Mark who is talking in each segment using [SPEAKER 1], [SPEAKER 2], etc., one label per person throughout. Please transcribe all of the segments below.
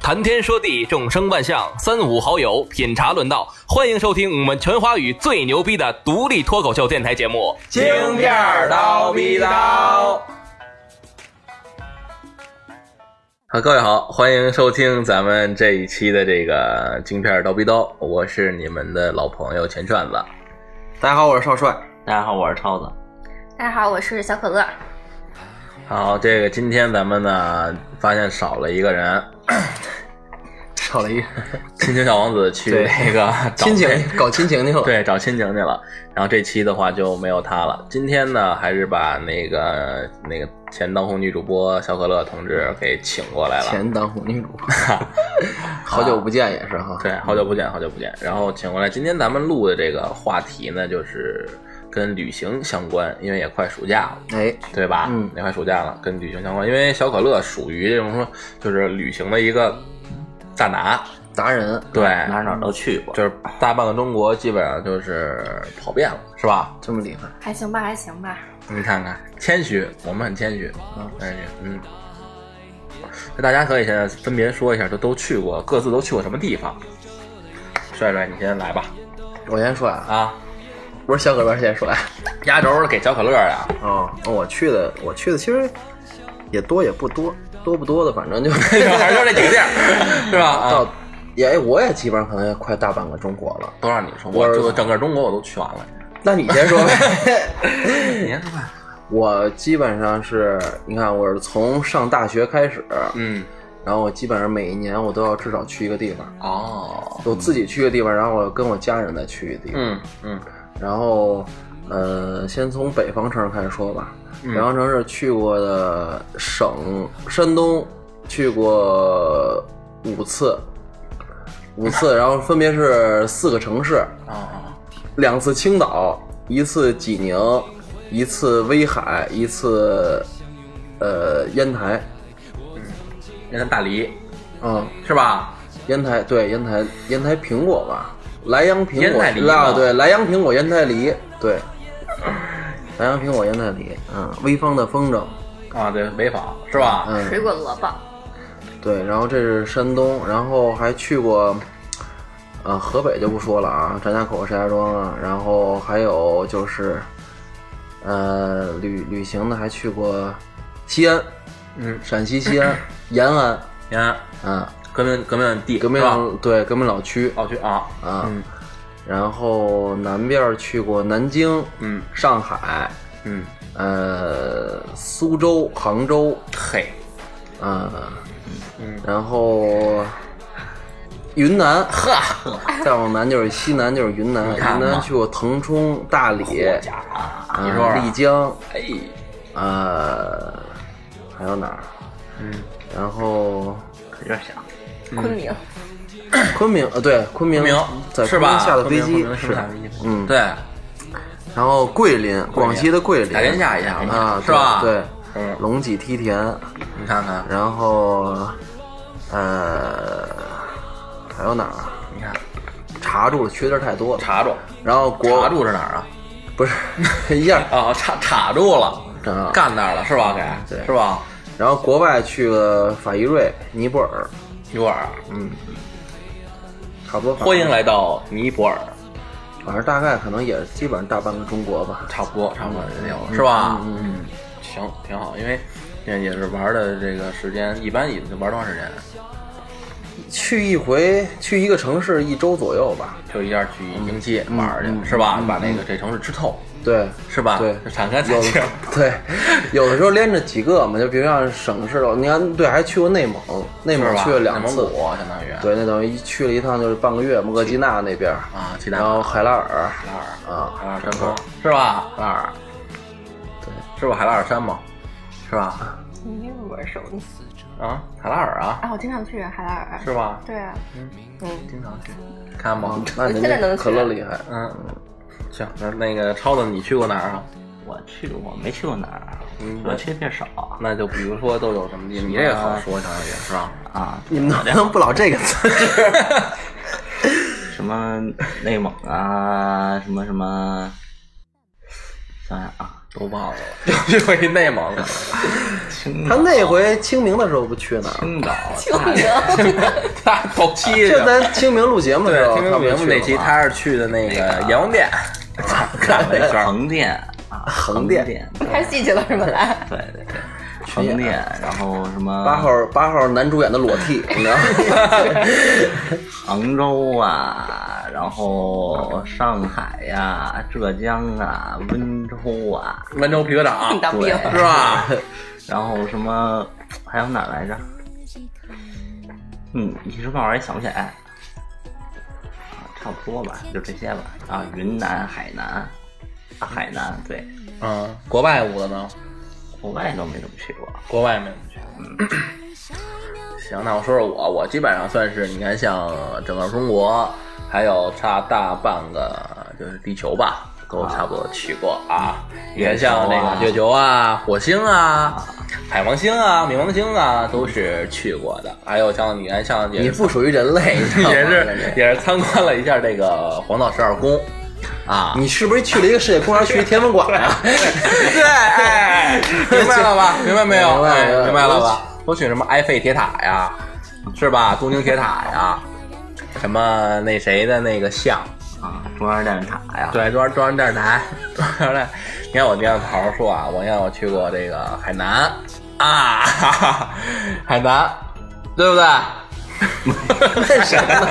[SPEAKER 1] 谈天说地，众生万象，三五好友品茶论道，欢迎收听我们全华语最牛逼的独立脱口秀电台节目。
[SPEAKER 2] 京片儿叨逼叨。
[SPEAKER 1] 啊，各位好，欢迎收听咱们这一期的这个京片儿叨逼叨，我是你们的老朋友钱串子。
[SPEAKER 2] 大家好，我是少帅。
[SPEAKER 3] 大家好，我是超子。
[SPEAKER 4] 大家好，我是小可乐。
[SPEAKER 1] 好，这个今天咱们呢发现少了一个人，
[SPEAKER 2] 少了一个
[SPEAKER 1] 亲情小王子去
[SPEAKER 2] 对
[SPEAKER 1] 那 个找
[SPEAKER 2] 亲情
[SPEAKER 1] 配，
[SPEAKER 2] 搞亲情去 了。，
[SPEAKER 1] 对，找亲情去了。然后这期的话就没有他了。今天呢，还是把那个那个前当红女主播小可乐同志给请过来了。
[SPEAKER 2] 前当红 女主，好久不见也是哈。
[SPEAKER 1] 啊对，好久不见，好久不见。然后请过来，今天咱们录的这个话题呢，就是跟旅行相关，因为也快暑假了。
[SPEAKER 2] 哎，
[SPEAKER 1] 对吧？
[SPEAKER 2] 嗯
[SPEAKER 1] 也快暑假了，跟旅行相关，因为小可乐属于这种说就是旅行的一个大拿，
[SPEAKER 2] 达人，
[SPEAKER 1] 对，
[SPEAKER 3] 哪儿哪儿都去过，
[SPEAKER 1] 就是大半个中国基本上就是跑遍了，是吧？
[SPEAKER 2] 这么厉害，
[SPEAKER 4] 还行吧，还行吧。
[SPEAKER 1] 你看看，谦虚，我们很谦虚，
[SPEAKER 2] 嗯
[SPEAKER 1] 谦虚，嗯。那大家可以现在分别说一下，都都去过，各自都去过什么地方？帅帅，你先来吧。
[SPEAKER 2] 我先说啊，
[SPEAKER 1] 啊，
[SPEAKER 2] 不是小可乐先说呀。啊
[SPEAKER 1] 压轴给小可乐 呀、
[SPEAKER 2] 哦，我去的，我去的其实也多也不多，多不多的，反正就
[SPEAKER 1] 还是就这几个地儿，是吧？啊，
[SPEAKER 2] 到也哎我也基本上可能也快大半个中国了。
[SPEAKER 1] 都让你说，
[SPEAKER 2] 我
[SPEAKER 1] 我就整个中国我都去完了。
[SPEAKER 2] 那你先说 呗。
[SPEAKER 1] 哎你先说吧。
[SPEAKER 2] 我基本上是，你看，我是从上大学开始，
[SPEAKER 1] 嗯，
[SPEAKER 2] 然后我基本上每一年我都要至少去一个地方，
[SPEAKER 1] 哦，
[SPEAKER 2] 我自己去一个地方，然后我跟我家人再去一个地方。
[SPEAKER 1] 嗯嗯
[SPEAKER 2] 然后，呃，先从北方城市开始说吧。
[SPEAKER 1] 嗯
[SPEAKER 2] 北方城市去过的省，山东去过五次，五次，然后分别是四个城市，
[SPEAKER 1] 哦，
[SPEAKER 2] 两次青岛，一次济宁，一次威海，一次呃烟台。
[SPEAKER 1] 那咱大梨
[SPEAKER 2] 嗯，
[SPEAKER 1] 是吧？
[SPEAKER 2] 烟台对烟台烟台苹果吧，莱阳苹
[SPEAKER 1] 烟
[SPEAKER 2] 果
[SPEAKER 1] 台梨
[SPEAKER 2] 啊
[SPEAKER 1] 吗
[SPEAKER 2] 对莱阳苹果烟台梨 对，莱阳苹果烟台梨，嗯，潍坊的风筝，
[SPEAKER 1] 啊，对，潍坊是吧？
[SPEAKER 2] 嗯
[SPEAKER 4] 水果萝卜，
[SPEAKER 2] 对，然后这是山东，然后还去过。呃，河北就不说了啊，张家口、石家庄啊，然后还有就是，呃，旅旅行的还去过西安，
[SPEAKER 1] 嗯，
[SPEAKER 2] 陕西西 安、延安，
[SPEAKER 1] 延安
[SPEAKER 2] 嗯，
[SPEAKER 1] 革命革命地，
[SPEAKER 2] 革命
[SPEAKER 1] 是吧
[SPEAKER 2] 对革命老区，
[SPEAKER 1] 老区啊，
[SPEAKER 2] 啊
[SPEAKER 1] 嗯
[SPEAKER 2] 然后南边儿去过南京、
[SPEAKER 1] 嗯
[SPEAKER 2] 上海、
[SPEAKER 1] 嗯，
[SPEAKER 2] 呃苏州、杭州，
[SPEAKER 1] 嘿，
[SPEAKER 2] 啊，
[SPEAKER 1] 嗯
[SPEAKER 2] 然后云南，
[SPEAKER 1] 呵，
[SPEAKER 2] 再往南就是西南，就是云南。
[SPEAKER 1] 你看
[SPEAKER 2] 云
[SPEAKER 1] 嘛
[SPEAKER 2] 南去过腾冲、大理、
[SPEAKER 1] 好家伙，
[SPEAKER 2] 啊
[SPEAKER 1] 你说
[SPEAKER 2] 丽
[SPEAKER 1] 说，
[SPEAKER 2] 江，
[SPEAKER 1] 哎，
[SPEAKER 2] 呃，还有哪儿？
[SPEAKER 1] 嗯，
[SPEAKER 2] 然后
[SPEAKER 3] 有点想。
[SPEAKER 4] 昆明，
[SPEAKER 2] 昆明，呃，对，昆明，
[SPEAKER 1] 昆明
[SPEAKER 2] 在
[SPEAKER 1] 是
[SPEAKER 2] 昆
[SPEAKER 1] 吧？
[SPEAKER 2] 明下的
[SPEAKER 1] 昆
[SPEAKER 2] 飞
[SPEAKER 1] 明昆
[SPEAKER 2] 机
[SPEAKER 1] 明
[SPEAKER 2] 是
[SPEAKER 1] 下，的飞机
[SPEAKER 2] 嗯，
[SPEAKER 1] 对，
[SPEAKER 2] 然后桂林，广西的桂林，
[SPEAKER 1] 打天下一下嘛
[SPEAKER 2] 啊，
[SPEAKER 1] 是吧
[SPEAKER 2] 对，
[SPEAKER 1] 嗯
[SPEAKER 2] 龙脊梯田，
[SPEAKER 1] 你看看，
[SPEAKER 2] 然后，呃，还有哪儿啊？
[SPEAKER 1] 你看，
[SPEAKER 2] 查住了，缺字儿太多了。
[SPEAKER 1] 查住，
[SPEAKER 2] 然后国
[SPEAKER 1] 查住是哪儿啊？
[SPEAKER 2] 不是 一下，
[SPEAKER 1] 啊，查查住了，
[SPEAKER 2] 啊
[SPEAKER 1] 干那儿了是吧？给
[SPEAKER 2] 对
[SPEAKER 1] 是吧？
[SPEAKER 2] 然后国外去了法伊瑞、尼泊尔，
[SPEAKER 1] 尼泊尔，
[SPEAKER 2] 嗯差不多。
[SPEAKER 1] 欢迎，来到尼泊尔，
[SPEAKER 2] 反正大概可能也基本上大半个中国吧。
[SPEAKER 1] 差不多，差不多也有，是吧？嗯，行，挺好，因为也也是玩的这个时间，一般也就玩多长时间，
[SPEAKER 2] 去一回，去一个城市一周左右吧。
[SPEAKER 1] 就一下去营期
[SPEAKER 2] 嗯
[SPEAKER 1] 玩儿去，是吧？把那个这城市吃透，
[SPEAKER 2] 对，
[SPEAKER 1] 是吧？
[SPEAKER 2] 嗯对
[SPEAKER 1] 就敞开眼
[SPEAKER 2] 有的
[SPEAKER 1] 界，
[SPEAKER 2] 对，有的时候连着几个嘛，就比如像省市的，你看，对，还去过内蒙，内
[SPEAKER 1] 是
[SPEAKER 2] 蒙
[SPEAKER 1] 吧？
[SPEAKER 2] 去了两
[SPEAKER 1] 内蒙
[SPEAKER 2] 次，
[SPEAKER 1] 古相当于
[SPEAKER 2] 对，那等于去了一趟就是半个月，莫格基纳那边，
[SPEAKER 1] 啊，去
[SPEAKER 2] 然
[SPEAKER 1] 哪？
[SPEAKER 2] 后海拉尔，
[SPEAKER 1] 海拉尔，
[SPEAKER 2] 啊
[SPEAKER 1] 海拉尔山峰是吧？海拉尔，对，是不海拉尔山吗？是吧？
[SPEAKER 4] 你那么耳熟呢？
[SPEAKER 1] 啊，海拉尔啊，
[SPEAKER 4] 啊，我经常去海拉尔。
[SPEAKER 1] 是吧？
[SPEAKER 4] 对啊，嗯，
[SPEAKER 1] 经常去，看吗？
[SPEAKER 2] 那人
[SPEAKER 4] 现在
[SPEAKER 2] 家
[SPEAKER 4] 能
[SPEAKER 2] 可乐厉害，
[SPEAKER 1] 嗯，行，那那个超子，你去过哪儿啊？
[SPEAKER 3] 我去过，没去过哪儿，
[SPEAKER 1] 嗯
[SPEAKER 3] 我去的地儿少
[SPEAKER 1] 那就比如说都有什么地啊方？你这个好说，相当于是吧？
[SPEAKER 3] 啊，
[SPEAKER 2] 你们能不能不老这个词儿？
[SPEAKER 3] 什么内蒙啊，什么什么，想想啊，
[SPEAKER 1] 都忘了，就去回内蒙了。
[SPEAKER 3] 青
[SPEAKER 2] 他
[SPEAKER 3] 岛
[SPEAKER 2] 那回清明的时候不去哪儿？
[SPEAKER 3] 青岛
[SPEAKER 4] 清 明，
[SPEAKER 1] 他头七
[SPEAKER 2] 就咱清明录节目的时
[SPEAKER 1] 对，
[SPEAKER 2] 候，
[SPEAKER 1] 啊听
[SPEAKER 2] 他不
[SPEAKER 1] 明白
[SPEAKER 2] 去
[SPEAKER 1] 那期
[SPEAKER 2] 了吗啊
[SPEAKER 1] 他是去的那个阎王 殿，看了一圈儿，
[SPEAKER 3] 横店啊，
[SPEAKER 2] 横
[SPEAKER 3] 横
[SPEAKER 2] 店
[SPEAKER 4] 拍戏去了是吧？来，
[SPEAKER 3] 对对对，横店，然后什么
[SPEAKER 2] 八号八号男主演的裸替，你知道吗？
[SPEAKER 3] 杭州啊，然后上海呀、浙江啊、温州啊，
[SPEAKER 1] 温州皮革厂
[SPEAKER 4] 你当兵
[SPEAKER 1] 是吧？
[SPEAKER 3] 然后什么还有哪儿来着？嗯，一时半会儿也想不起来。啊差不多吧，就这些吧。啊，云南、海南，啊，海南对，
[SPEAKER 1] 嗯，国外舞的呢？
[SPEAKER 3] 国外都没怎么去过。
[SPEAKER 1] 国外没有去。行，那我说说我，我基本上算是你看，像整个中国，还有差大半个就是地球吧，都差不多去过啊。你看像这个月球啊、火星啊、海王星啊、冥王星啊，都是去过的。还有像你看像也
[SPEAKER 2] 你
[SPEAKER 1] 是
[SPEAKER 2] 不属于人类，你 知道吗
[SPEAKER 1] 也是也是参观了一下这个黄道十二宫啊。
[SPEAKER 2] 你是不是去了一个世界公园区天文馆啊？
[SPEAKER 1] 对，哎，明白了吧？明白没有？
[SPEAKER 2] 明白
[SPEAKER 1] 哎
[SPEAKER 2] 明白
[SPEAKER 1] 明白了吧？都去什么埃菲铁塔呀，是吧？东京铁塔呀，什么那谁的那个像？
[SPEAKER 3] 啊，中央电视塔呀，
[SPEAKER 1] 对，中央中央电视台，中央电。你看我今天好好说啊，我让我去过这个海南啊， 哈哈海南，对 不对？
[SPEAKER 2] 问谁呢？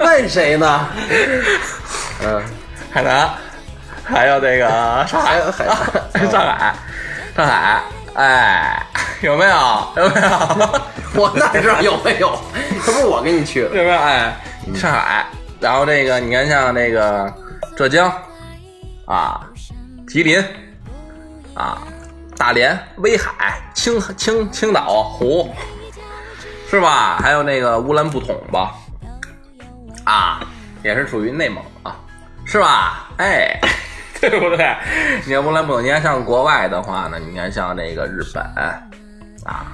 [SPEAKER 2] 问谁呢？嗯，
[SPEAKER 1] 海南，还有这个上海
[SPEAKER 2] 还，有海 南
[SPEAKER 1] 上海，上海，哎，有没有？有没有？
[SPEAKER 2] 我哪知道有没有？这不是我跟你去的，
[SPEAKER 1] 对吧？哎，上海，然后这个你看像那个浙江啊、吉林啊、大连、威海、青青青岛湖，是吧？还有那个乌兰布统吧，啊，也是属于内蒙啊，是吧？哎。 对不对？你看乌兰布统，你看像国外的话呢，你看像那个日本，啊，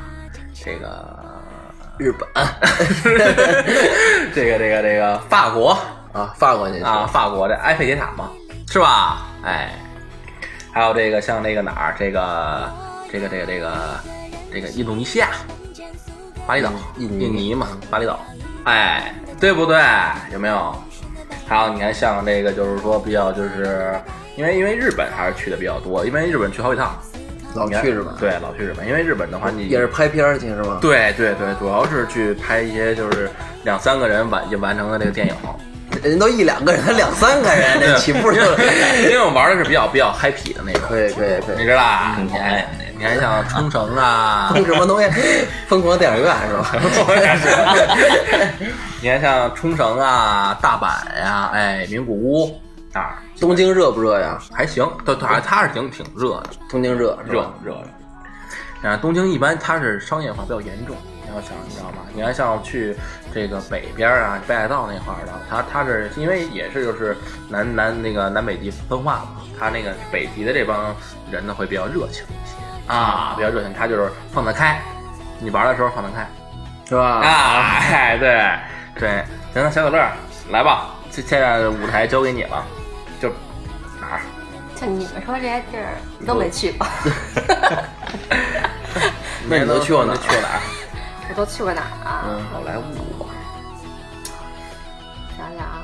[SPEAKER 1] 这个
[SPEAKER 2] 日本
[SPEAKER 1] 这个这个这个法国
[SPEAKER 2] 啊，法国进去
[SPEAKER 1] 啊，法国的埃菲铁塔嘛，是吧？哎，还有这个像那个哪儿，这个这个这个这个这个印度尼西亚，巴厘岛，
[SPEAKER 2] 印
[SPEAKER 1] 印
[SPEAKER 2] 尼嗯
[SPEAKER 1] 尼嘛，巴厘岛，哎，对不对？有没有？还有你看像这个就是说比较就是因为因为日本还是去的比较多，因为日本去好几趟，
[SPEAKER 2] 老去日本，，
[SPEAKER 1] 对，老去日本，因为日本的话你
[SPEAKER 2] 也是拍片儿去是吗？
[SPEAKER 1] 对对对，主要是去拍一些就是两三个人完完成的这个电影。
[SPEAKER 2] 人都一两个人，两三个人，这岂不
[SPEAKER 1] 因？
[SPEAKER 2] 是
[SPEAKER 1] 为因为我玩的是比较比较 happy 的那种，
[SPEAKER 2] 可以可以可
[SPEAKER 1] 你
[SPEAKER 2] 以，
[SPEAKER 1] 知道吧？你还你还像冲绳 啊，
[SPEAKER 2] 疯什么东西？疯狂电影院 是吧？
[SPEAKER 1] 你还像冲绳啊、大阪呀、哎，名古屋啊，
[SPEAKER 2] 东京热不热呀？
[SPEAKER 1] 还行，它它它是挺挺热的，
[SPEAKER 2] 东京热是吧？
[SPEAKER 1] 热的。啊，东京一般它是商业化比较严重，你要想你知道吗？你要像去这个北边儿啊，北海道那块儿的，它它是因为也是就是南南那个南北极分化嘛，它那个北极的这帮人呢会比较热情一些啊，比较热情，他就是放得开，你玩的时候放得开
[SPEAKER 2] 是吧？
[SPEAKER 1] 啊， 哎对对，行了，小可乐儿来吧，这现在舞台交给你了，就哪儿？
[SPEAKER 4] 就你们说这些地儿都没去过，
[SPEAKER 2] 那你都去过哪儿
[SPEAKER 1] 你去过哪儿？
[SPEAKER 4] 我都去过哪儿啊？
[SPEAKER 2] 嗯，
[SPEAKER 1] 好莱坞。
[SPEAKER 4] 想想啊，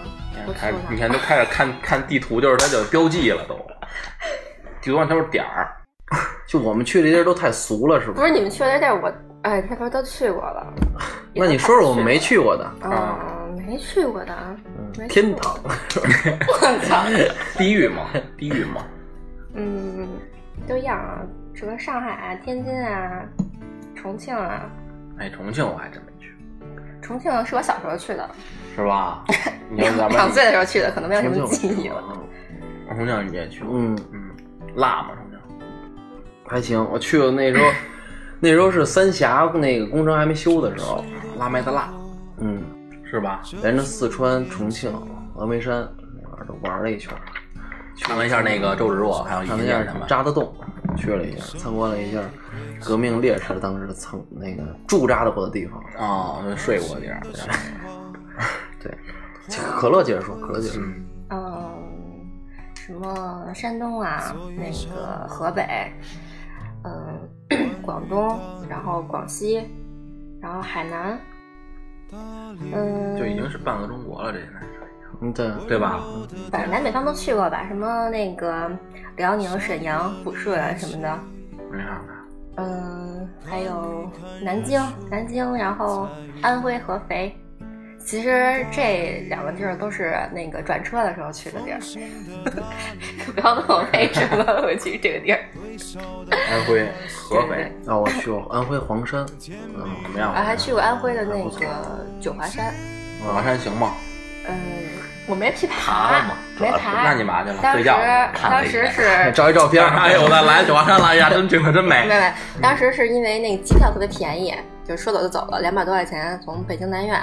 [SPEAKER 4] 都去
[SPEAKER 1] 开始
[SPEAKER 4] 过哪儿？
[SPEAKER 1] 你看都开始看看地图，就是它有标记了都，地图上都是点儿。
[SPEAKER 2] 就我们去这地儿都太俗了，是不
[SPEAKER 4] 不
[SPEAKER 2] 是？
[SPEAKER 4] 是你们去的地儿，我哎，那边都去过 了。
[SPEAKER 2] 那你说说我们没去过的
[SPEAKER 4] 嗯，没去过的啊，没去
[SPEAKER 2] 天
[SPEAKER 4] 过
[SPEAKER 2] 堂，
[SPEAKER 4] 我操，
[SPEAKER 1] 地狱嘛，地狱嘛，
[SPEAKER 4] 嗯，都一样啊，什么上海啊、天津啊、重庆啊，
[SPEAKER 1] 哎，重庆我还真没去，
[SPEAKER 4] 重庆是我小时候去的，
[SPEAKER 1] 是吧？ 你说咱
[SPEAKER 4] 两
[SPEAKER 1] 们
[SPEAKER 4] 岁的时候去的，可能没有什
[SPEAKER 2] 重
[SPEAKER 4] 么
[SPEAKER 2] 庆
[SPEAKER 4] 记忆
[SPEAKER 2] 我
[SPEAKER 4] 了。
[SPEAKER 2] 去过
[SPEAKER 1] 重庆你也去过，
[SPEAKER 2] 嗯，
[SPEAKER 1] 嗯，辣吗？重庆？
[SPEAKER 2] 还行，我去过那时候，那时候是三峡那个工程还没修的时候，
[SPEAKER 1] 辣妹的辣
[SPEAKER 2] 嗯，
[SPEAKER 1] 是吧？
[SPEAKER 2] 连着四川、重庆、峨眉山那块儿都玩了一圈儿，
[SPEAKER 1] 看了一下那个周芷若，还有
[SPEAKER 2] 看
[SPEAKER 1] 尹
[SPEAKER 2] 了一
[SPEAKER 1] 健
[SPEAKER 2] 下
[SPEAKER 1] 他们，
[SPEAKER 2] 渣滓洞，去了一下，参观了一下革命烈士当时曾那个驻扎的过的地方。
[SPEAKER 1] 哦，就睡过的地儿。
[SPEAKER 2] 对，可乐接着说，可乐接着说，
[SPEAKER 1] 嗯，
[SPEAKER 4] 嗯，什么山东啊，那个河北，嗯，广东，然后广西，然后海南，嗯，
[SPEAKER 1] 就已经是半个中国了，这现在是，
[SPEAKER 2] 嗯，对，
[SPEAKER 1] 对吧？
[SPEAKER 4] 反正南北方都去过吧，什么那个辽宁、沈阳、抚顺啊什么的，
[SPEAKER 1] 没啥的，
[SPEAKER 4] 嗯，还有南京，南京，然后安徽合肥。其实这两个地儿都是那个转车的时候去的地儿， 不要问我为什么我去这个地儿。
[SPEAKER 1] 安徽、合肥
[SPEAKER 2] 啊，我去过安徽黄山，嗯，
[SPEAKER 1] 怎么样？
[SPEAKER 4] 啊，还去过安徽的那个九华山，
[SPEAKER 1] 华山行吗？
[SPEAKER 4] 嗯，我没去
[SPEAKER 3] 爬
[SPEAKER 4] 爬
[SPEAKER 3] 了吗，
[SPEAKER 4] 没爬。
[SPEAKER 1] 那你嘛去了？
[SPEAKER 4] 当
[SPEAKER 1] 睡
[SPEAKER 4] 时
[SPEAKER 1] 觉去了。
[SPEAKER 3] 看了
[SPEAKER 4] 当
[SPEAKER 3] 一
[SPEAKER 4] 时
[SPEAKER 3] 眼
[SPEAKER 4] 是
[SPEAKER 2] 嗯照一照片儿，
[SPEAKER 1] 哎呦我的来九华山了，哎呀，真景色真美
[SPEAKER 4] 没。有，当时是因为那个机票特别便宜，就是说走就走了，两百多块钱从北京南苑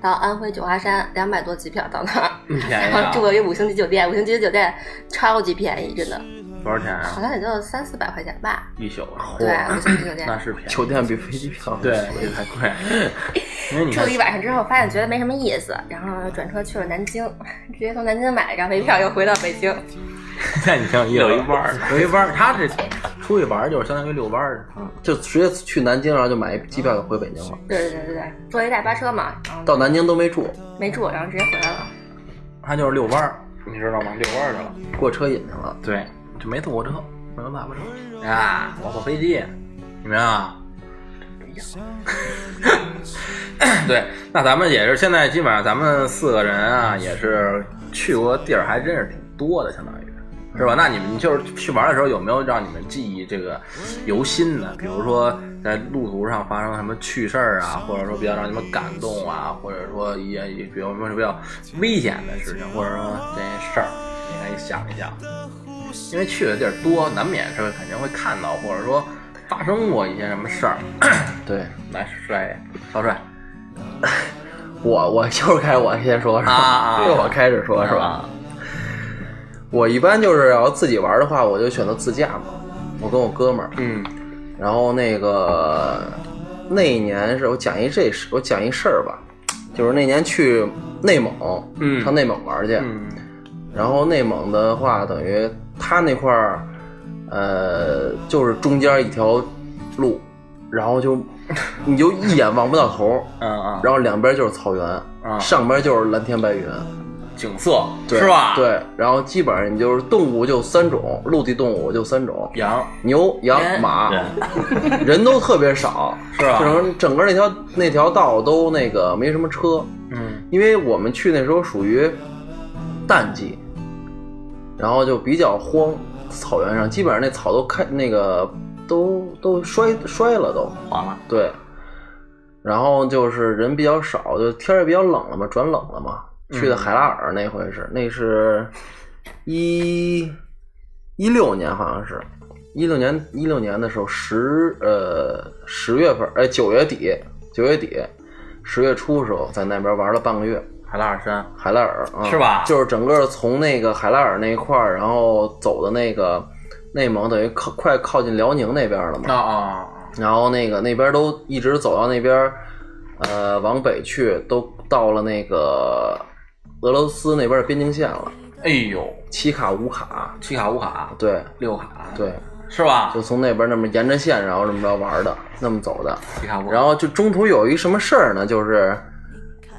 [SPEAKER 4] 到安徽九华山，两百多机票到那儿，
[SPEAKER 1] 嗯便宜
[SPEAKER 4] 然
[SPEAKER 1] 啊
[SPEAKER 4] 后！住了一五星级酒店，五星级酒店超级便宜，真的，
[SPEAKER 1] 多少钱
[SPEAKER 4] 好
[SPEAKER 1] 啊？
[SPEAKER 4] 像也就三四百块钱吧。
[SPEAKER 1] 一宿啊？
[SPEAKER 4] 对，五星级酒店
[SPEAKER 1] 那是 便宜。
[SPEAKER 2] 酒店比飞机票还
[SPEAKER 1] 对
[SPEAKER 2] 贵，
[SPEAKER 1] 也太贵。因为你
[SPEAKER 4] 住
[SPEAKER 1] 看
[SPEAKER 4] 了一晚上之后，发现觉得没什么意思，然后转车去了南京，直接从南京买了张飞机票又回到北京。
[SPEAKER 1] 那你像
[SPEAKER 3] 遛一弯儿，
[SPEAKER 1] 遛一弯儿，他这出去玩儿就是相当于遛弯儿。
[SPEAKER 2] 就直接去南京，然后就买一机票就回北京了。
[SPEAKER 4] 对对对对对，坐了一大巴车嘛，然后
[SPEAKER 2] 到南京都没住，
[SPEAKER 4] 没住，然后直接回来了。
[SPEAKER 1] 他就是遛弯儿，你知道吗？遛弯儿去了。
[SPEAKER 2] 过车瘾去了。
[SPEAKER 1] 对，就没坐过车，没有大巴车啊，我坐飞机，你啊明白吗？不一样。 对，那咱们也是现在基本上咱们四个人啊，也是去过地儿还真是挺多的，相当于。是吧？那你们就是去玩的时候，有没有让你们记忆这个犹新的？比如说在路途上发生什么趣事儿啊，或者说比较让你们感动啊，或者说也也比较有没有比较危险的事情，或者说这些事儿，你可以想一想。因为去的地儿多，难免是肯定会看到，或者说发生过一些什么事儿。
[SPEAKER 2] 对，
[SPEAKER 1] 来，帅老帅，
[SPEAKER 2] 我我 就是开我先说是吧？
[SPEAKER 1] 啊 啊
[SPEAKER 2] 对我开始说是吧？
[SPEAKER 3] 啊？
[SPEAKER 2] 我一般就是要自己玩的话，我就选择自驾嘛。我跟我哥们儿，
[SPEAKER 1] 嗯
[SPEAKER 2] 然后那个那一年是我讲一这事，我讲一事儿吧，就是那年去内蒙，
[SPEAKER 1] 嗯
[SPEAKER 2] 上内蒙玩去，
[SPEAKER 1] 嗯
[SPEAKER 2] 然后内蒙的话，等于它那块儿，呃，就是中间一条路，然 后就你就一眼望不到头，
[SPEAKER 1] 嗯嗯，
[SPEAKER 2] 然后两边就是草原，
[SPEAKER 1] 啊
[SPEAKER 2] 上边就是蓝天白云，
[SPEAKER 1] 景色
[SPEAKER 2] 对
[SPEAKER 1] 是吧？，
[SPEAKER 2] 对，然后基本上你就是动物就三种，陆地动物就三种，
[SPEAKER 1] 羊
[SPEAKER 2] 牛、羊、
[SPEAKER 4] 人
[SPEAKER 2] 马，
[SPEAKER 3] 人
[SPEAKER 2] 人都特别少，
[SPEAKER 1] 是吧
[SPEAKER 2] 整整个那条那条道都那个没什么车，
[SPEAKER 1] 嗯
[SPEAKER 2] 因为我们去那时候属于淡季，然后就比较荒，草原上基本上那草都开那个都都摔摔了都，
[SPEAKER 3] 黄了，
[SPEAKER 2] 对，然后就是人比较少，就天儿也比较冷了嘛，转冷了嘛。去
[SPEAKER 1] 嗯
[SPEAKER 2] 的海拉尔那回是，那是一一六年，好像是一六年一六年的时候，十呃十月份，哎九月底九月底十月初的时候，在那边玩了半个月。
[SPEAKER 1] 海拉尔山，
[SPEAKER 2] 海拉尔、嗯、
[SPEAKER 1] 是吧
[SPEAKER 2] 就是整个从那个海拉尔那一块儿，然后走的那个内蒙，等于靠快靠近辽宁那边了嘛。
[SPEAKER 1] 啊啊
[SPEAKER 2] 然后那个那边都一直走到那边，呃，往北去，都到了那个俄罗斯那边的边境线了，
[SPEAKER 1] 哎呦，
[SPEAKER 2] 七卡五卡，
[SPEAKER 1] 七卡五卡
[SPEAKER 2] 对
[SPEAKER 1] 六卡，，
[SPEAKER 2] 对，
[SPEAKER 1] 是吧
[SPEAKER 2] 就？从那边那么沿着线，然后这么着玩的，那么走的。
[SPEAKER 1] 七卡五卡，
[SPEAKER 2] 然后就中途有一什么事儿呢，就是，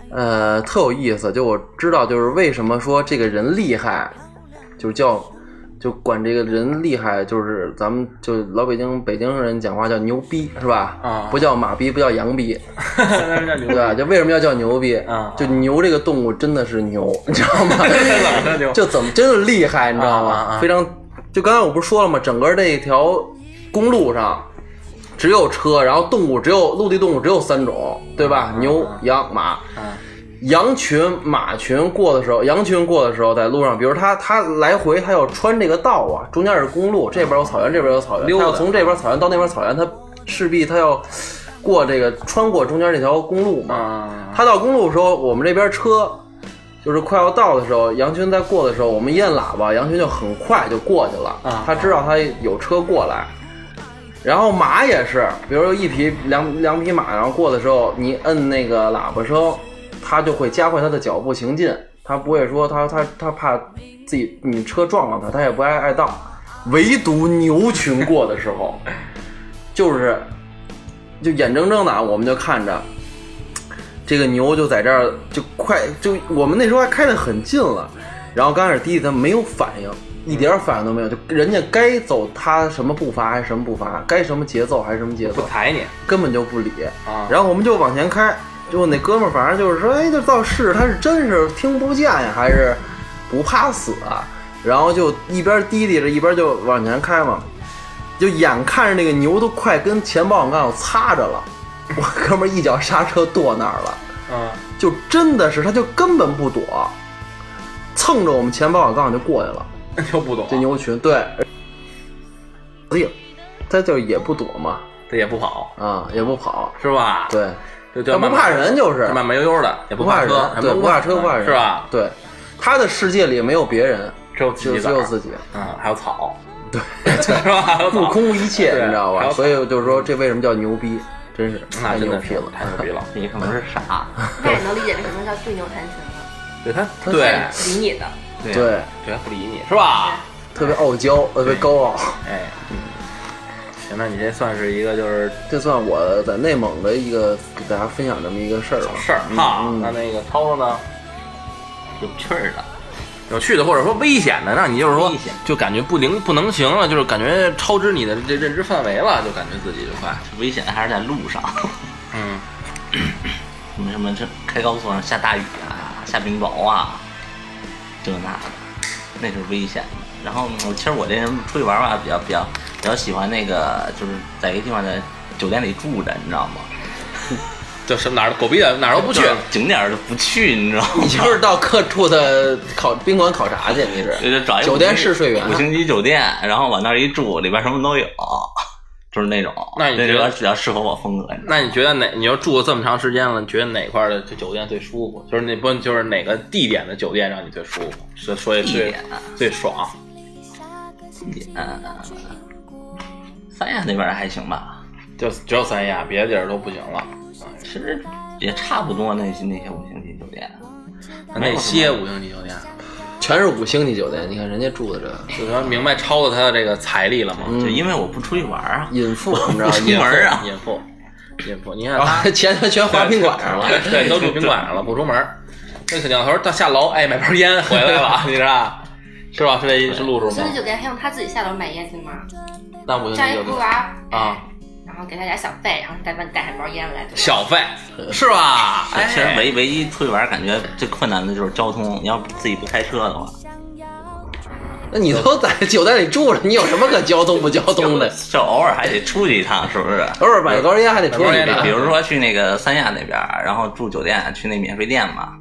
[SPEAKER 2] 呃，特有意思。就我知道，就是为什么说这个人厉害，就是叫，就管这个人厉害，就是咱们就老北京北京人讲话叫牛逼，是吧？
[SPEAKER 1] 啊
[SPEAKER 2] 不叫马逼，不叫羊逼，
[SPEAKER 1] 那是叫牛
[SPEAKER 2] 对吧？就为什么要叫牛逼？
[SPEAKER 1] 啊
[SPEAKER 2] 就牛这个动物真的是牛，你知 道吗？
[SPEAKER 1] 那牛，
[SPEAKER 2] 就怎么真的厉害，你知道吗？
[SPEAKER 1] 啊啊啊
[SPEAKER 2] 非常，就刚才我不是说了吗？整个那条公路上只有车，然后动物只有陆地动物只有三种，对吧？牛、羊、马。
[SPEAKER 1] 啊
[SPEAKER 2] 羊群、马群过的时候，羊群过的时候，在路上，比如它它来回，它要穿这个道啊，中间是公路，这边有草原，这边有草原，
[SPEAKER 1] 溜达
[SPEAKER 2] 它要从这边草原到那边草原，它势必它要过这个穿过中间这条公路嘛。
[SPEAKER 1] 啊，
[SPEAKER 2] 他到公路的时候，我们这边车就是快要到的时候，杨群在过的时候，我们一按喇叭，杨群就很快就过去了。
[SPEAKER 1] 啊
[SPEAKER 2] 他知道他有车过来。然后马也是，比如说一匹两两匹马，然后过的时候，你摁那个喇叭声，它就会加快它的脚步行进，它不会说它它它怕自己你车撞了它，它也不爱爱道。唯独牛群过的时候， 就是就眼睁睁的啊，我们就看着这个牛就在这儿就快就我们那时候还开得很近了，然后刚开始弟弟他没有反应，一点反应都没有，就人家该走他什么步伐还是什么步伐，该什么节奏还是什么节
[SPEAKER 1] 不
[SPEAKER 2] 奏，
[SPEAKER 1] 抬你
[SPEAKER 2] 根本就不理。
[SPEAKER 1] 啊，
[SPEAKER 2] 然后我们就往前开，就那哥们儿反正就是说，哎，这倒是他是真是听不见呀，还是不怕死啊？然后就一边滴滴着一边就往前开嘛，就眼看着那个牛都快跟前保险杠擦着了，我哥们儿一脚刹车跺那儿了，
[SPEAKER 1] 嗯，
[SPEAKER 2] 就真的是他就根本不躲，蹭着我们前保险杠就过去了。
[SPEAKER 1] 那就不懂
[SPEAKER 2] 这
[SPEAKER 1] 了，
[SPEAKER 2] 牛群对，哎呦，他就也不躲嘛，
[SPEAKER 1] 他也不跑，
[SPEAKER 2] 啊，也不跑，
[SPEAKER 1] 是吧？
[SPEAKER 2] 对，
[SPEAKER 1] 就就
[SPEAKER 2] 他不
[SPEAKER 1] 慢慢
[SPEAKER 2] 怕人就是，
[SPEAKER 1] 慢慢悠悠的，也
[SPEAKER 2] 不
[SPEAKER 1] 怕
[SPEAKER 2] 怕
[SPEAKER 1] 车，
[SPEAKER 2] 人，
[SPEAKER 1] 也
[SPEAKER 2] 对，不怕 车，不怕人，
[SPEAKER 1] 是吧？
[SPEAKER 2] 对，他的世界里没有别人，
[SPEAKER 1] 只有自
[SPEAKER 2] 就
[SPEAKER 1] 己
[SPEAKER 2] 只
[SPEAKER 1] 崽儿
[SPEAKER 2] 有自己，
[SPEAKER 1] 嗯，还有草，对，是吧？ 还有
[SPEAKER 2] 不
[SPEAKER 1] 草，
[SPEAKER 2] 空无一切，
[SPEAKER 1] 对
[SPEAKER 2] 你知道
[SPEAKER 1] 还
[SPEAKER 2] 吧？
[SPEAKER 1] 有
[SPEAKER 2] 所以就是说，这为什么叫牛逼？真是
[SPEAKER 1] 那
[SPEAKER 2] 太
[SPEAKER 1] 真
[SPEAKER 2] 牛
[SPEAKER 1] 的
[SPEAKER 2] 逼
[SPEAKER 1] 是
[SPEAKER 2] 了。
[SPEAKER 1] 太牛逼 了。
[SPEAKER 3] 你可能是傻，
[SPEAKER 4] 那也能理解为什么叫对牛弹琴了，
[SPEAKER 1] 对他，
[SPEAKER 2] 他
[SPEAKER 1] 对
[SPEAKER 4] 他是理你的，
[SPEAKER 3] 对
[SPEAKER 2] 对，
[SPEAKER 1] 对，不理你是吧？
[SPEAKER 2] 特别傲娇，呃特别高傲。
[SPEAKER 1] 哎，嗯，行，那你这算是一个就是
[SPEAKER 2] 这算我在内蒙的一个给大家分享这么一个事儿吧。
[SPEAKER 1] 事儿哈。
[SPEAKER 2] 嗯
[SPEAKER 1] 那那个涛涛呢？
[SPEAKER 3] 有趣儿的。
[SPEAKER 1] 有趣的，或者说危险的，让你就是说
[SPEAKER 3] 危险，
[SPEAKER 1] 就感觉不灵不能行了，就是感觉超支你的这认知范围了，就感觉自己就快，
[SPEAKER 3] 危险的还是在路上，
[SPEAKER 1] 嗯，
[SPEAKER 3] 什么什么这开高速上下大雨啊，下冰雹啊，这那的，那是危险的。然后嗯其实我这人出去玩吧，比较比较比较喜欢那个，就是在一个地方在酒店里住着，你知道吗？
[SPEAKER 1] 就是哪儿狗逼的哪儿都不去
[SPEAKER 3] 就，是景点儿就不去，你知道吗
[SPEAKER 2] 你？就是到各处的考宾馆考察去，你
[SPEAKER 3] 就是是找一个
[SPEAKER 2] 酒店
[SPEAKER 3] 五星
[SPEAKER 2] 试睡员
[SPEAKER 3] 五星级酒店，然后往那儿一住，里边什么都有，就是那种。
[SPEAKER 1] 那你觉
[SPEAKER 3] 这
[SPEAKER 1] 得
[SPEAKER 3] 个比较适合我风格，你知道吗
[SPEAKER 1] 那你觉得哪？你要住了这么长时间了，你觉得哪块儿的这酒店最舒服？就是那不就是哪个地点的酒店让你最舒服？说说一
[SPEAKER 3] 地
[SPEAKER 1] 最
[SPEAKER 3] 点
[SPEAKER 1] 最爽？
[SPEAKER 3] 嗯，三亚那边儿还行吧。
[SPEAKER 1] 就只有三亚，别的地儿都不行了。
[SPEAKER 3] 其实也差不多那些那些五星级酒店，
[SPEAKER 1] 那些五星级酒店，
[SPEAKER 2] 全是五星级酒店。你看人家住的这
[SPEAKER 1] 就说明白超了他的这个财力了吗？
[SPEAKER 3] 就因为我不出去玩儿啊，
[SPEAKER 2] 隐富，你知道吗？
[SPEAKER 3] 出门儿啊，
[SPEAKER 1] 隐富，隐富，你看
[SPEAKER 2] 然
[SPEAKER 1] 他
[SPEAKER 2] 后钱他全花宾馆上了。
[SPEAKER 1] 对，都住宾馆上了，不出门儿。那小鸟头到下楼，哎，买包烟回来 了，你知道是吧？是这是路
[SPEAKER 4] 五
[SPEAKER 1] 数
[SPEAKER 4] 星
[SPEAKER 1] 吗
[SPEAKER 4] 级？酒店还用他自己下楼买烟去吗？
[SPEAKER 1] 那五星
[SPEAKER 4] 上
[SPEAKER 1] 级
[SPEAKER 4] 一
[SPEAKER 1] 酒
[SPEAKER 4] 服务
[SPEAKER 1] 店
[SPEAKER 4] 员
[SPEAKER 1] 啊，
[SPEAKER 4] 然后给他点小费，然后再帮你带上包烟来。对吧
[SPEAKER 1] 小费是吧？哎，
[SPEAKER 3] 其实唯唯一出去玩儿感觉最困难的就是交通，你要不自己不开车的话，
[SPEAKER 2] 那你都在酒店里住着，你有什么可交通不交 通的？
[SPEAKER 3] 就偶尔还得出去一趟，是不是？
[SPEAKER 2] 偶尔买根烟还得出去
[SPEAKER 1] 买根烟
[SPEAKER 3] 比
[SPEAKER 2] 呢。
[SPEAKER 3] 如说去那个三亚那边儿，然后住酒店，去那免税店嘛，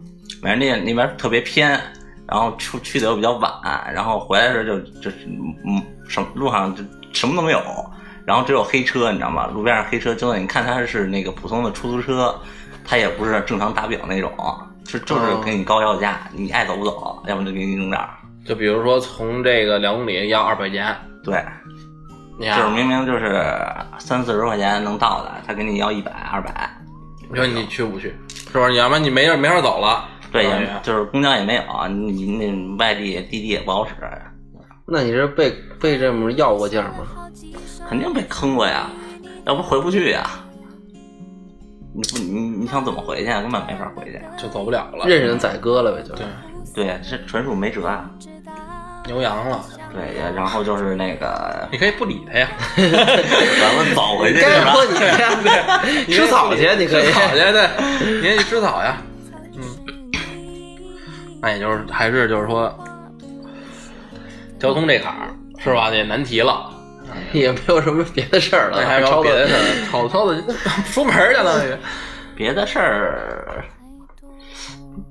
[SPEAKER 3] 免税店那边儿特别偏，然后出去的又比较晚，然后回来的时候就就是嗯什么路上就什么都没有，然后只有黑车，你知道吗？路边上黑车，就算你看它是那个普通的出租车，它也不是正常打表那种，就就是给你高要价，你爱走不走，要不就给你扔这儿。
[SPEAKER 1] 就比如说从这个两公里要二百钱，
[SPEAKER 3] 对，
[SPEAKER 1] 你
[SPEAKER 3] 就是
[SPEAKER 1] 看，啊
[SPEAKER 3] 明明就是三四十块钱能到的，他给你要一百二百，
[SPEAKER 1] 你说你去不去？是不是？要不然你没地儿没法走了。
[SPEAKER 3] 对，
[SPEAKER 1] 是
[SPEAKER 3] 也
[SPEAKER 1] 吧
[SPEAKER 3] 就是公交也没有，你那外地滴滴也不好使，
[SPEAKER 2] 那你是被被这么要过价吗？
[SPEAKER 3] 肯定被坑过呀，要不回不去呀。你不，你你想怎么回去啊？根本没法回去。
[SPEAKER 1] 就走不了了。
[SPEAKER 2] 任人宰割了呗，就是
[SPEAKER 1] 对。，
[SPEAKER 3] 对，这纯属没辙啊。
[SPEAKER 1] 牛羊了，
[SPEAKER 3] 对，然后就是那 个，
[SPEAKER 1] 你可以不理他呀，
[SPEAKER 3] 咱们走回去是
[SPEAKER 2] 该
[SPEAKER 3] 吧？
[SPEAKER 2] 喝你呀， 吃草去， 你可以
[SPEAKER 1] 吃。草去，对，你 也去吃草呀。嗯，那也就是还是就是说，交通这坎儿是吧？这难题了，
[SPEAKER 2] 也没有什么别的事儿嗯了，
[SPEAKER 1] 那还有
[SPEAKER 2] 超
[SPEAKER 1] 别的
[SPEAKER 2] 的
[SPEAKER 1] 事 儿，吵吵 的出门儿去了，那
[SPEAKER 3] 别的事儿，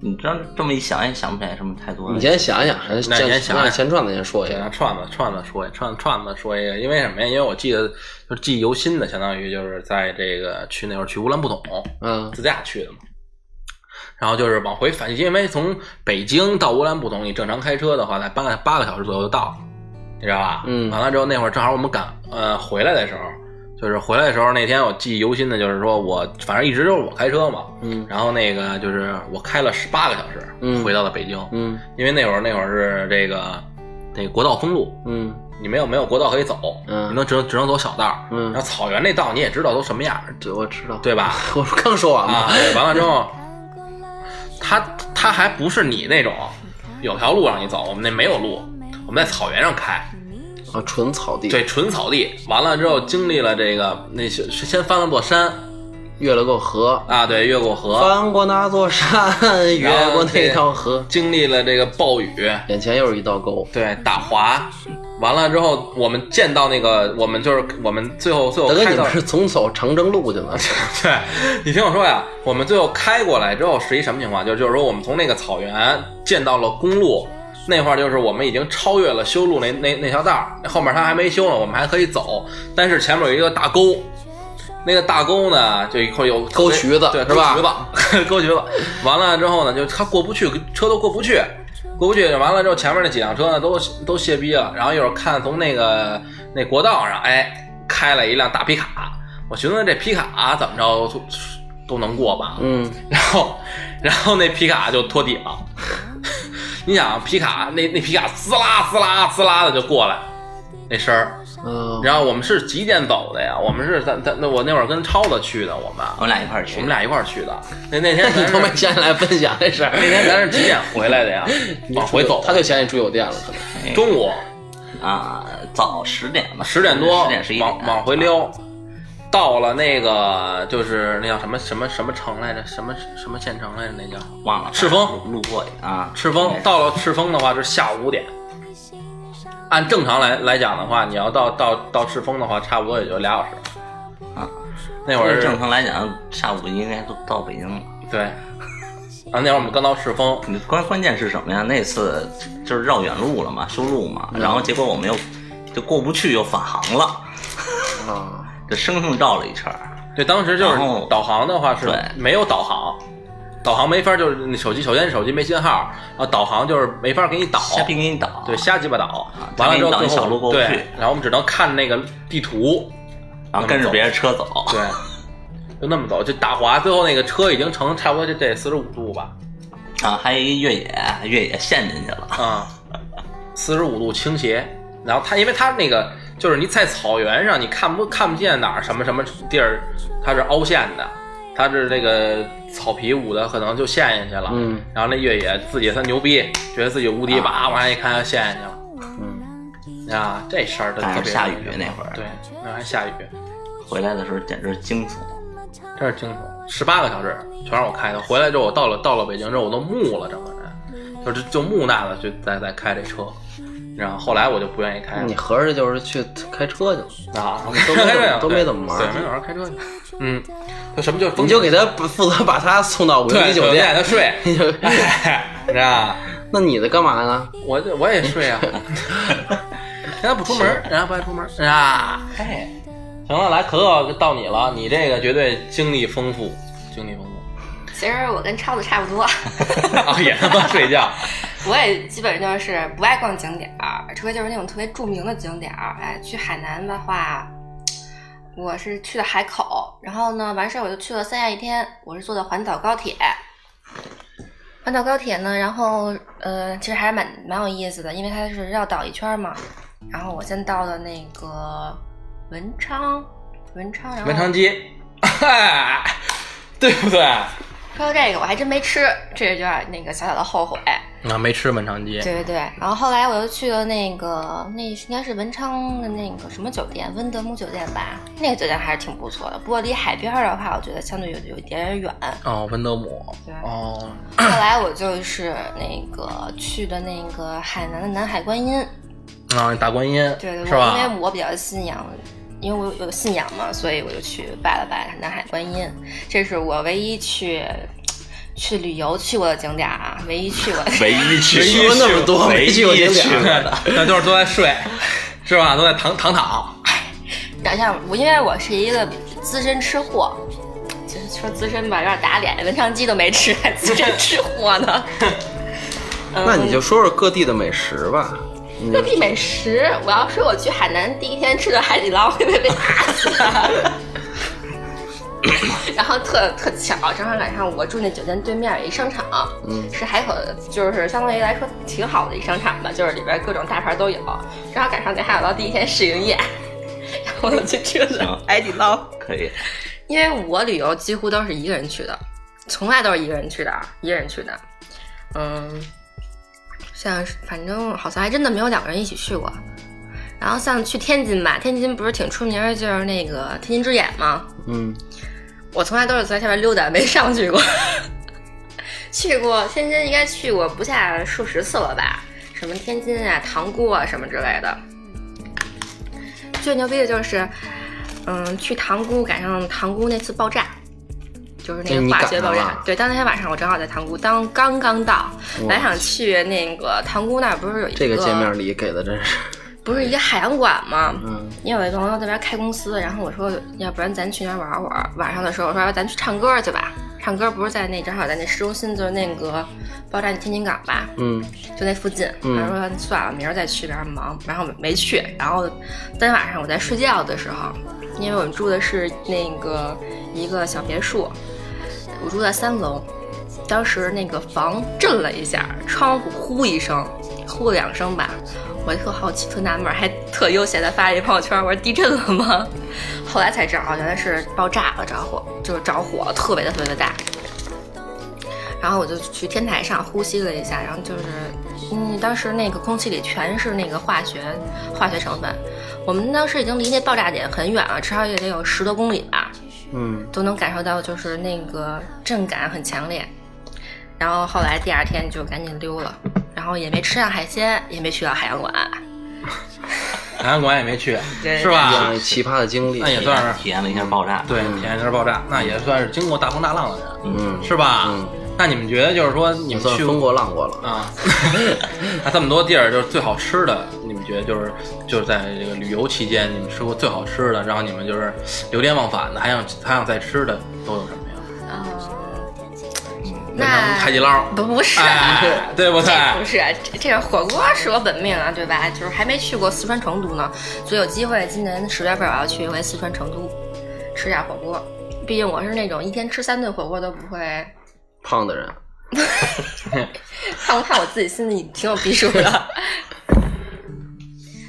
[SPEAKER 3] 你这这么一想也想不起来什么太多
[SPEAKER 2] 你
[SPEAKER 3] 的。
[SPEAKER 2] 先想想，先
[SPEAKER 1] 那先想想
[SPEAKER 2] 让钱赚的先说一
[SPEAKER 1] 给
[SPEAKER 2] 下
[SPEAKER 1] 他。串子串子说一串串子说一个，因为什么呀？因为我记得就是记忆犹新的，相当于就是在这个去那会儿去乌兰布统，
[SPEAKER 2] 嗯，
[SPEAKER 1] 自驾去的嘛。然后就是往回返，因为从北京到乌兰布统，你正常开车的话，在八个八个小时左右就到了，你知道吧？
[SPEAKER 2] 嗯
[SPEAKER 1] 完了之后，那会儿正好我们赶呃回来的时候，就是回来的时候那天我记忆犹新的就是说我反正一直都是我开车嘛，
[SPEAKER 2] 嗯
[SPEAKER 1] 然后那个就是我开了十八个小时，
[SPEAKER 2] 嗯
[SPEAKER 1] 回到了北京，
[SPEAKER 2] 嗯
[SPEAKER 1] 因为那会儿那会儿是这个那个国道封路，
[SPEAKER 2] 嗯
[SPEAKER 1] 你没有没有国道可以走，
[SPEAKER 2] 嗯
[SPEAKER 1] 你能只能只能走小道儿。
[SPEAKER 2] 嗯
[SPEAKER 1] 然后草原那道你也知道都什么样儿
[SPEAKER 2] 对，我知道，
[SPEAKER 1] 对 吧？
[SPEAKER 2] 我刚说完
[SPEAKER 1] 啊
[SPEAKER 2] 嘛，。
[SPEAKER 1] 对完了之后， 他他还不是你那种有条路让你走，我们那没有路，我们在草原上开，
[SPEAKER 2] 啊，纯草地，
[SPEAKER 1] 对，，纯草地。完了之后经历了这个那些先翻了座山
[SPEAKER 2] 越了个河，
[SPEAKER 1] 啊，对，越过河，
[SPEAKER 2] 翻过那座山，越过那条河，
[SPEAKER 1] 经历了这个暴雨，
[SPEAKER 2] 眼前又是一道沟，
[SPEAKER 1] 对，打滑。完了之后，我们见到那个，我们就是我们最后最后
[SPEAKER 2] 大哥，
[SPEAKER 1] 开
[SPEAKER 2] 你
[SPEAKER 1] 到
[SPEAKER 2] 们，是总走长征路去了？
[SPEAKER 1] 对，你听我说呀，我们最后开过来之后是一什么情况？就就是说我们从那个草原见到了公路，那块儿就是我们已经超越了修路那那那条道儿，后面它还没修呢，我们还可以走，但是前面有一个大沟。那个大沟呢，就会有
[SPEAKER 2] 沟渠子
[SPEAKER 1] 对，
[SPEAKER 2] 是吧
[SPEAKER 1] 沟渠子，沟 渠子。完了之后呢，就它过不去，车都过不去，过不去。完了之后，前面那几辆车呢，都都卸逼了。然后一会儿看从那个那国道上，哎，开了一辆大皮卡。我寻思这皮卡、怎么着都都能过吧？
[SPEAKER 2] 嗯，
[SPEAKER 1] 然后，然后那皮卡就托底了。 你想皮卡那那皮卡滋啦滋啦滋啦的就过来，那声儿。
[SPEAKER 2] 嗯，
[SPEAKER 1] 然后我们是几点走的呀？我们是咱咱那我那会儿跟超子去的，我们
[SPEAKER 3] 我们俩一块儿
[SPEAKER 1] 我
[SPEAKER 3] 去
[SPEAKER 1] 们。俩一块儿去的。那那天
[SPEAKER 2] 你
[SPEAKER 1] 咱
[SPEAKER 2] 都没
[SPEAKER 1] 是
[SPEAKER 2] 先来分享这事儿，
[SPEAKER 1] 那天咱是几点回来的呀？往回走，
[SPEAKER 2] 他就嫌你住酒店了，可能。
[SPEAKER 1] 中午
[SPEAKER 3] 啊，早十点吧，
[SPEAKER 1] 十点多
[SPEAKER 3] 嗯十点十一点
[SPEAKER 1] 往往回
[SPEAKER 3] 啊
[SPEAKER 1] 溜，到了那个就是那叫什么什么什么城来着？什么什么县城来着？那叫
[SPEAKER 3] 忘了
[SPEAKER 1] 赤峰
[SPEAKER 3] 路过去啊，
[SPEAKER 1] 赤峰。到了赤峰的话就是下午五点。按正常来来讲的话，你要到到到赤峰的话，差不多也就俩小时。
[SPEAKER 3] 啊，
[SPEAKER 1] 那
[SPEAKER 3] 那
[SPEAKER 1] 会
[SPEAKER 3] 会
[SPEAKER 1] 儿
[SPEAKER 3] 儿正常来讲，下午应该都到北京了。
[SPEAKER 1] 对，啊，那会儿我们刚到赤峰，
[SPEAKER 3] 你关关键是什么呀？那次就是绕远路了嘛，修路嘛，
[SPEAKER 1] 嗯
[SPEAKER 3] 然后结果我们又就过不去，又返航了，
[SPEAKER 2] 啊，
[SPEAKER 3] 这生生绕了一圈儿。
[SPEAKER 1] 对，当时就是
[SPEAKER 3] 然后
[SPEAKER 1] 导航的话是
[SPEAKER 3] 对
[SPEAKER 1] 没有导航，导航没法儿就是那手机，首先手机没信号，然后导航就是没法儿给你导，
[SPEAKER 3] 瞎逼给你倒，
[SPEAKER 1] 对，瞎鸡巴导
[SPEAKER 3] 啊，
[SPEAKER 1] 完了之后
[SPEAKER 3] 他给
[SPEAKER 1] 最
[SPEAKER 3] 你导一小路
[SPEAKER 1] 后
[SPEAKER 3] 过不去
[SPEAKER 1] 对，然后我们只能看那个地图，
[SPEAKER 3] 然后跟着别人车走。
[SPEAKER 1] 对，就那么走，就打滑，最后那个车已经成差不多就这四十五度吧，
[SPEAKER 3] 啊，还有一越野，越野陷进去了。
[SPEAKER 1] 啊，四十五度倾斜，然后它因为它那个就是你在草原上你看不看不见哪儿什么什么地儿，它是凹陷的，它是这个草皮捂的，可能就陷下去了。
[SPEAKER 2] 嗯，
[SPEAKER 1] 然后那越野自己他牛逼，觉得自己无
[SPEAKER 3] 啊
[SPEAKER 1] 敌，哇往下一看陷下去了。嗯，啊，这事儿都特
[SPEAKER 3] 但
[SPEAKER 1] 别
[SPEAKER 3] 是下雨那会儿
[SPEAKER 1] 对，那还下雨，
[SPEAKER 3] 回来的时候简直惊悚。
[SPEAKER 1] 真是惊悚。十八个小时全让我开的，回来之后我到了到了北京之后我都木了，整个人就是就木讷的就在在开这车。然后后来我就不愿意开了。
[SPEAKER 2] 你合着就是去开车去了。
[SPEAKER 1] 啊，
[SPEAKER 2] 嗯都没怎么都没怎么玩
[SPEAKER 1] 对，没怎么玩，开车去。嗯，就什么就是
[SPEAKER 2] 你
[SPEAKER 1] 风
[SPEAKER 2] 就给他负责把他送到五星级
[SPEAKER 1] 对
[SPEAKER 2] 酒
[SPEAKER 1] 酒
[SPEAKER 2] 店，
[SPEAKER 1] 他 睡，
[SPEAKER 2] 你就
[SPEAKER 1] 你知道吧？
[SPEAKER 2] 那你的干嘛呢？
[SPEAKER 1] 我就我也睡啊， 人家不出门，人家不爱出门啊。
[SPEAKER 3] 哎，
[SPEAKER 1] 行了，来可可到你了，你这个绝对经历丰富，经历丰富
[SPEAKER 4] 其实我跟超子差不多，
[SPEAKER 1] 啊，也他妈睡觉，
[SPEAKER 4] 我也基本就是不爱逛景点儿，除非就是那种特别著名的景点儿。哎，去海南的话，我是去的海口，然后呢，完事儿我就去了三亚一天，我是坐的环岛高铁。环岛高铁呢，然后呃，其实还是蛮蛮有意思的，因为它是绕岛一圈儿嘛。然后我先到的那个文昌，文昌，然后
[SPEAKER 1] 文昌鸡，对不对？
[SPEAKER 4] 说到这个，我还真没吃，这有点那个小小的后悔。
[SPEAKER 1] 啊，没吃文昌鸡
[SPEAKER 4] 对对对，然后后来我又去了那个，那应该是文昌的那个什么酒店，温德姆酒店吧，那个酒店还是挺不错的。不过离海边儿的话，我觉得相对有有一点远。
[SPEAKER 1] 哦，温德姆
[SPEAKER 4] 对
[SPEAKER 1] 哦，
[SPEAKER 4] 后来我就是那个去的那个海南的南海观音，
[SPEAKER 1] 啊，大观音
[SPEAKER 4] 对对，
[SPEAKER 1] 是
[SPEAKER 4] 我因
[SPEAKER 1] 吧？
[SPEAKER 4] 为我比较信仰，因为我有有信仰嘛，所以我就去拜了拜南海观音，这是我唯一去去旅游去过的景点儿啊，唯一去过的。
[SPEAKER 3] 唯一去
[SPEAKER 2] 唯一去过那么多没去过景点儿
[SPEAKER 3] 唯一去过的
[SPEAKER 1] 那都是都在睡，是吧？都在躺躺躺。
[SPEAKER 4] 等一下，我因为我是一个资深吃货，就是说资深吧，有点打脸，文昌鸡都没吃，还 资深吃货呢。嗯
[SPEAKER 2] 那你就说说各地的美食吧。你
[SPEAKER 1] 嗯
[SPEAKER 4] 各地美食，我要说我去海南第一天吃的海底捞，会被被打死。 然后特特巧，正好赶上我住那酒店对面有一商场，
[SPEAKER 2] 嗯
[SPEAKER 4] 是海口的，就是相当于来说挺好的一商场吧，就是里边各种大牌都有。正好赶上那海底捞第一天试营业， 然后我就去了
[SPEAKER 3] 行
[SPEAKER 4] 海底捞，
[SPEAKER 3] 可以，
[SPEAKER 4] 因为我旅游几乎都是一个人去的，从来都是一个人去的，啊一个人去的。嗯，像是反正好像还真的没有两个人一起去过。然后像去天津吧，天津不是挺出名儿，就是那个天津之眼吗？
[SPEAKER 2] 嗯，
[SPEAKER 4] 我从来都是在下面溜达，没上 去过。去过天津，应该去过不下数十次了吧？什么天津啊、塘沽啊什么之类的。最牛逼的就是，嗯，去塘沽赶上塘沽那次爆炸，就是那
[SPEAKER 2] 这
[SPEAKER 4] 个
[SPEAKER 2] 你
[SPEAKER 4] 化学
[SPEAKER 2] 赶上
[SPEAKER 4] 爆炸
[SPEAKER 2] 了。
[SPEAKER 4] 对，当天晚上我正好在塘沽，当刚刚到，本来想去那个塘沽那儿，不是有一
[SPEAKER 2] 这个见面礼给的真是，
[SPEAKER 4] 不是一个海洋馆吗？
[SPEAKER 2] 嗯
[SPEAKER 4] 因为我一朋友那边开公司，然后我说，要不然咱去那儿玩会儿。晚上的时候，我说，要不咱去唱歌去吧。唱歌不是在那正好在那市中心，就是那个爆炸那天津港吧，
[SPEAKER 2] 嗯
[SPEAKER 4] 就那附近。
[SPEAKER 2] 嗯
[SPEAKER 4] 他说算了，明儿再去，比较忙。然后没去。然后当天晚上我在睡觉的时候，因为我们住的是那个一个小别墅，我住在三楼。当时那个房震了一下，窗户呼一声，呼了两声吧。我特好奇，特纳闷儿，还特悠闲的发了一朋友圈，我说地震了吗？ 后来才知道，哦原来是爆炸了，着火就是着火了，特别的特别的大。然后我就去天台上呼吸了一下，然后就是，嗯，当时那个空气里全是那个化学化学成分。我们当时已经离那爆炸点很远了，至少也得有十多公里吧。
[SPEAKER 2] 嗯，
[SPEAKER 4] 都能感受到就是那个震感很强烈。然后后来第二天就赶紧溜了，然后也没吃上海鲜，也没去到海洋馆。
[SPEAKER 1] 海洋馆也没去，
[SPEAKER 4] 对
[SPEAKER 1] 是
[SPEAKER 2] 这
[SPEAKER 1] 吧
[SPEAKER 2] 样？奇葩的经历
[SPEAKER 1] 那，也算是嗯
[SPEAKER 3] 体验了一下爆炸。
[SPEAKER 1] 对，体验一下爆炸，那也算是经过大风大浪的人，
[SPEAKER 2] 嗯，
[SPEAKER 1] 是吧？
[SPEAKER 2] 嗯
[SPEAKER 1] 那你们觉得就是说，你
[SPEAKER 2] 也
[SPEAKER 1] 们
[SPEAKER 2] 算
[SPEAKER 1] 去
[SPEAKER 2] 风过浪过了。
[SPEAKER 1] 啊， 那这么多地儿，就是最好吃的，你们觉得就是就是在这个旅游期间，你们吃过最好吃的，然后你们就是流连忘返的，还想还想再吃的都有什么呀？
[SPEAKER 4] 嗯，
[SPEAKER 1] 那海底
[SPEAKER 4] 那
[SPEAKER 1] 捞，
[SPEAKER 4] 不不是。
[SPEAKER 1] 哎，对 不对？
[SPEAKER 4] 这不是，这这个火锅是我本命啊，对吧？就是还没去过四川成都呢，所以有机会今年十月份我要去一回四川成都，吃点火锅。毕竟我是那种一天吃三顿火锅都不会，
[SPEAKER 2] 胖的人，
[SPEAKER 4] 看不看我自己心里挺有逼数的。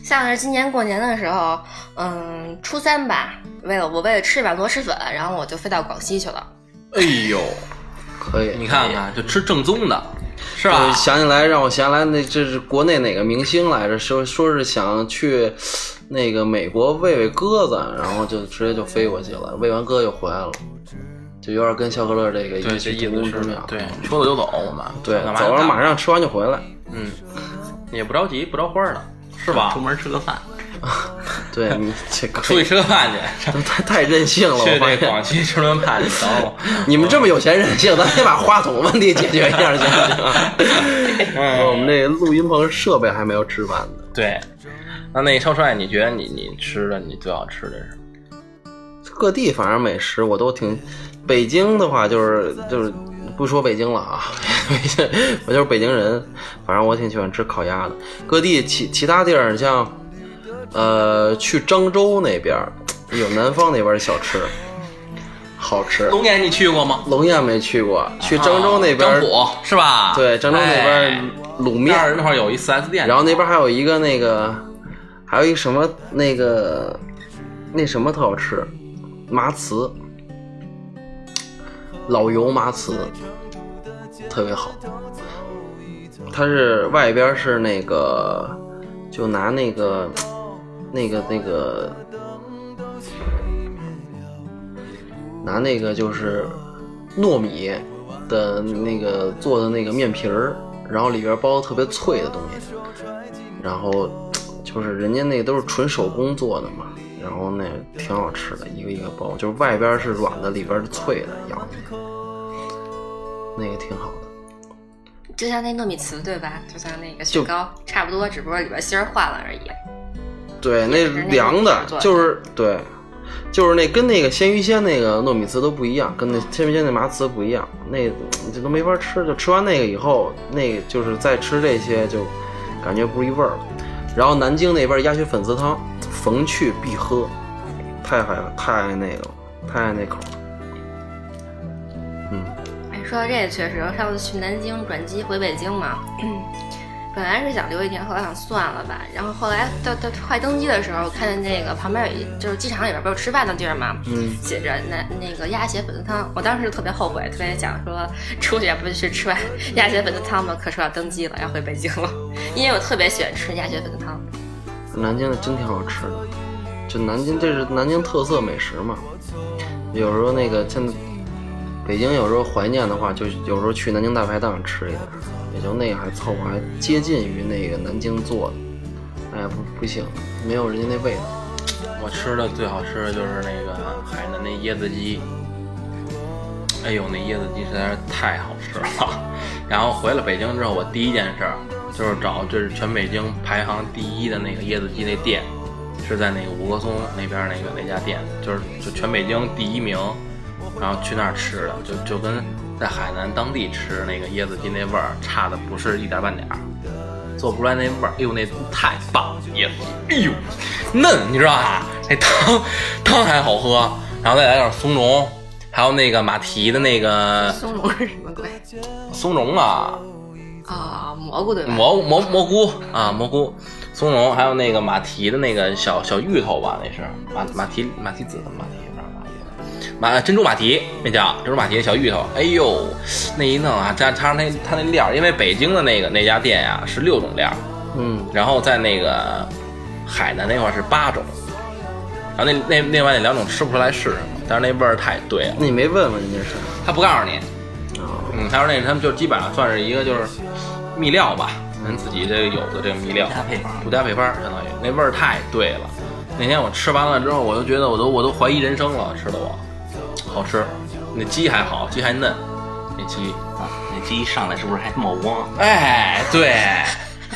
[SPEAKER 4] 像是今年过年的时候，嗯，初三吧，为了我为了吃一碗螺蛳粉，然后我就飞到广西去了。
[SPEAKER 1] 哎呦，
[SPEAKER 2] 可以
[SPEAKER 1] 你。看看，就吃正宗的，是吧
[SPEAKER 2] 我？想起来，让我想起来，那这是国内哪个明星来着？说说是想去那个美国喂喂鸽子，然后就直接就飞过去了，喂完鸽子就回来了，就有点跟消可乐这个异
[SPEAKER 1] 对，这
[SPEAKER 2] 曲
[SPEAKER 1] 意
[SPEAKER 2] 同
[SPEAKER 1] 思
[SPEAKER 2] 工
[SPEAKER 1] 是
[SPEAKER 2] 之妙。，
[SPEAKER 1] 对，说走就走，我们
[SPEAKER 2] 对，
[SPEAKER 1] 干嘛
[SPEAKER 2] 走了
[SPEAKER 1] 干嘛
[SPEAKER 2] 马上吃完就回来。
[SPEAKER 1] 嗯，也不着急，不着花的，是
[SPEAKER 3] 出
[SPEAKER 1] 吧？
[SPEAKER 3] 门吃个饭，
[SPEAKER 2] 对你这 个
[SPEAKER 1] 出去吃个饭去，
[SPEAKER 2] 太 太任性了，
[SPEAKER 1] 去
[SPEAKER 2] 我发
[SPEAKER 1] 那广
[SPEAKER 2] 现。
[SPEAKER 1] 西吃顿饭去，等我。
[SPEAKER 2] 你们这么有钱任性， 咱先把话筒问题解决一下行 不行？
[SPEAKER 1] 嗯
[SPEAKER 2] 我们这录音棚设备还没有置办呢，
[SPEAKER 1] 对，那那超帅，你觉得你你吃的你最好吃的是什么？
[SPEAKER 2] 各地反正美食我都挺。北京的话就是就是不说北京了啊， 我就是北京人，反正我挺喜欢吃烤鸭的。各地其其他地儿像，呃，去漳州那边儿有南方那边儿的小吃，好吃。
[SPEAKER 1] 龙岩你去过吗？
[SPEAKER 2] 龙岩没去过，去漳州那边
[SPEAKER 1] 啊张
[SPEAKER 2] 儿
[SPEAKER 1] 虎是吧？
[SPEAKER 2] 对，漳州那边
[SPEAKER 1] 哎
[SPEAKER 2] 儿卤
[SPEAKER 1] 那
[SPEAKER 2] 面，
[SPEAKER 1] 儿那会儿有一四 S 店，
[SPEAKER 2] 然后那边还有一个那个，还有一个什么那个那什么特好吃，麻糍，老油麻糍，特别好。它是外边是那个，就拿那个那个那个，拿那个就是糯米的那个做的那个面皮儿，然后里边包特别脆的东西。然后就是人家那都是纯手工做的嘛，然后那挺好吃的，一个一个包，就是外边是软的，里边是脆的，咬那个，那个挺好的。
[SPEAKER 4] 就像那糯米糍对吧？就像那个
[SPEAKER 2] 就
[SPEAKER 4] 雪糕，差不多，只不过里边芯儿换了而已。
[SPEAKER 2] 对，那
[SPEAKER 4] 是那
[SPEAKER 2] 凉的
[SPEAKER 4] 种做，的
[SPEAKER 2] 就是对，就是那跟那个鲜芋仙那个糯米糍都不一样，跟那鲜芋仙那麻糍不一样，那这都没法吃。就吃完那个以后，那就是再吃这些就感觉不是一味儿了。然后南京那边鸭血粉丝汤，逢去必喝，太爱太爱那个了，太爱那口儿。嗯，
[SPEAKER 4] 哎，说到这个，确实，上次去南京转机回北京嘛， 本来是想留一天，后来想算了吧。然后后来到到快登机的时候，看见那个旁边有一就是机场里边不是有吃饭的地儿嘛，
[SPEAKER 2] 嗯，
[SPEAKER 4] 写着那那个鸭血粉丝汤，我当时特别后悔，特别想说 出去不是去吃碗鸭血粉丝汤吗？可是我要登机了，要回北京了， 因为我特别喜欢吃鸭血粉丝汤。
[SPEAKER 2] 南京的真挺好吃的，就南京这是南京特色美食嘛。有时候那个现在北京有时候怀念的话，就有时候去南京大排档吃一顿，也就那还凑合，还接近于那个南京做的。哎呀，不不行，没有人家那味道。
[SPEAKER 1] 我吃的最好吃的就是那个海南那椰子鸡，哎呦，那椰子鸡实在是太好吃了。然后回了北京之后，我第一件事儿就是找就是全北京排行第一的那个椰子鸡那店，是在那个五棵松那边那个那家店，就是就全北京第一名，然后去那儿吃的，就就跟在海南当地吃那个椰子鸡那味儿差的不是一点半点儿。做不出来那味儿，哎呦，那太棒了！也，哎呦，嫩，你知道吧？那汤汤还好喝，然后再来点松茸，还有那个马蹄的那个
[SPEAKER 4] 松茸是什么鬼？
[SPEAKER 1] 松茸啊，
[SPEAKER 4] 啊、蘑菇对吧？
[SPEAKER 1] 蘑蘑蘑菇啊，蘑菇，松茸，还有那个马蹄的那个小小芋头吧，那是马马蹄马蹄子马蹄不是马蹄子，马珍珠马蹄那叫珍珠马蹄小芋头，哎呦，那一弄啊，加加上那它那料儿，因为北京的那个那家店呀、是六种料儿，
[SPEAKER 2] 嗯，
[SPEAKER 1] 然后在那个海南那块儿是八种，然后那那另外那两种吃不出来是什么，但是那味儿太对了，
[SPEAKER 2] 那你没问问人家是？
[SPEAKER 1] 他不告诉你。
[SPEAKER 2] 啊、
[SPEAKER 1] 嗯，他说那他们就基本上算是一个就是秘料吧，人自己这个有的这个秘料
[SPEAKER 3] 独家配方
[SPEAKER 1] 独家配方相当于那味儿太对了。那天我吃完了之后，我就觉得我都我都怀疑人生了，吃的我好吃，那鸡还好，鸡还嫩，那鸡，
[SPEAKER 3] 啊，那鸡一上来是不是还冒光？
[SPEAKER 1] 哎对，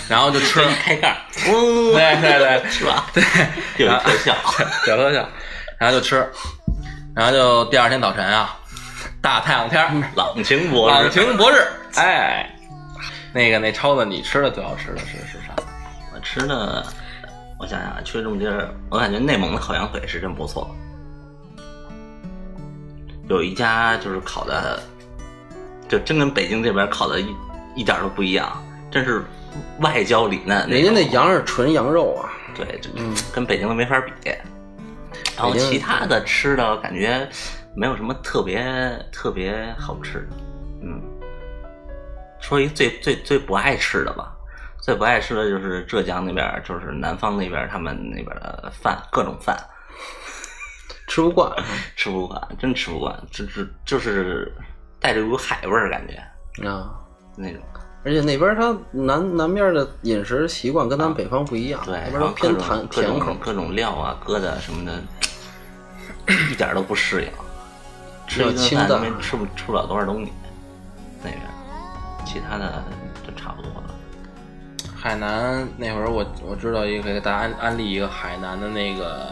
[SPEAKER 1] 然后就吃，
[SPEAKER 3] 一开盖儿，
[SPEAKER 1] 对对对，
[SPEAKER 3] 是吧？
[SPEAKER 1] 对，啊
[SPEAKER 3] 有一特 效，
[SPEAKER 1] 小特效，然后就吃，然后就第二天早晨啊，大太阳天儿，
[SPEAKER 3] 朗晴博
[SPEAKER 1] 朗
[SPEAKER 3] 士，
[SPEAKER 1] 晴博士，哎，那个那超子，你吃的最好吃的是是啥？
[SPEAKER 3] 我吃的，我想想啊，去这么地儿，我感觉内蒙的烤羊腿是真不错。有一家就是烤的，就真跟北京这边烤的一一点儿都不一样，真是外焦里
[SPEAKER 2] 人
[SPEAKER 3] 嫩那
[SPEAKER 2] 家
[SPEAKER 3] 种。
[SPEAKER 2] 那羊是纯羊肉啊，
[SPEAKER 3] 对，这跟北京的没法比。然后
[SPEAKER 2] 北京
[SPEAKER 3] 其他的吃的，我感觉没有什么特别特别好吃的。嗯，说一最最最不爱吃的吧，最不爱吃的就是浙江那边儿，就是南方那边儿他们那边儿的饭，各种饭
[SPEAKER 2] 吃不惯。
[SPEAKER 3] 吃不惯，真吃不惯，就就就是带着一股海味儿感觉
[SPEAKER 2] 啊，
[SPEAKER 3] 那种。
[SPEAKER 2] 而且那边儿它南南面的饮食习惯跟咱北方不一样，
[SPEAKER 3] 对，
[SPEAKER 2] 那边
[SPEAKER 3] 然
[SPEAKER 2] 儿都
[SPEAKER 3] 后各
[SPEAKER 2] 偏
[SPEAKER 3] 种
[SPEAKER 2] 甜
[SPEAKER 3] 各
[SPEAKER 2] 甜
[SPEAKER 3] 种
[SPEAKER 2] 口。
[SPEAKER 3] 各种料啊、疙瘩什么的，一点儿都不适应。吃一
[SPEAKER 2] 比较清
[SPEAKER 3] 顿饭
[SPEAKER 2] 淡
[SPEAKER 3] 没吃不吃不了多少东西，那边其他的就差不多了。
[SPEAKER 1] 海南那会儿我我知道一个给大家安安利一个海南的那个，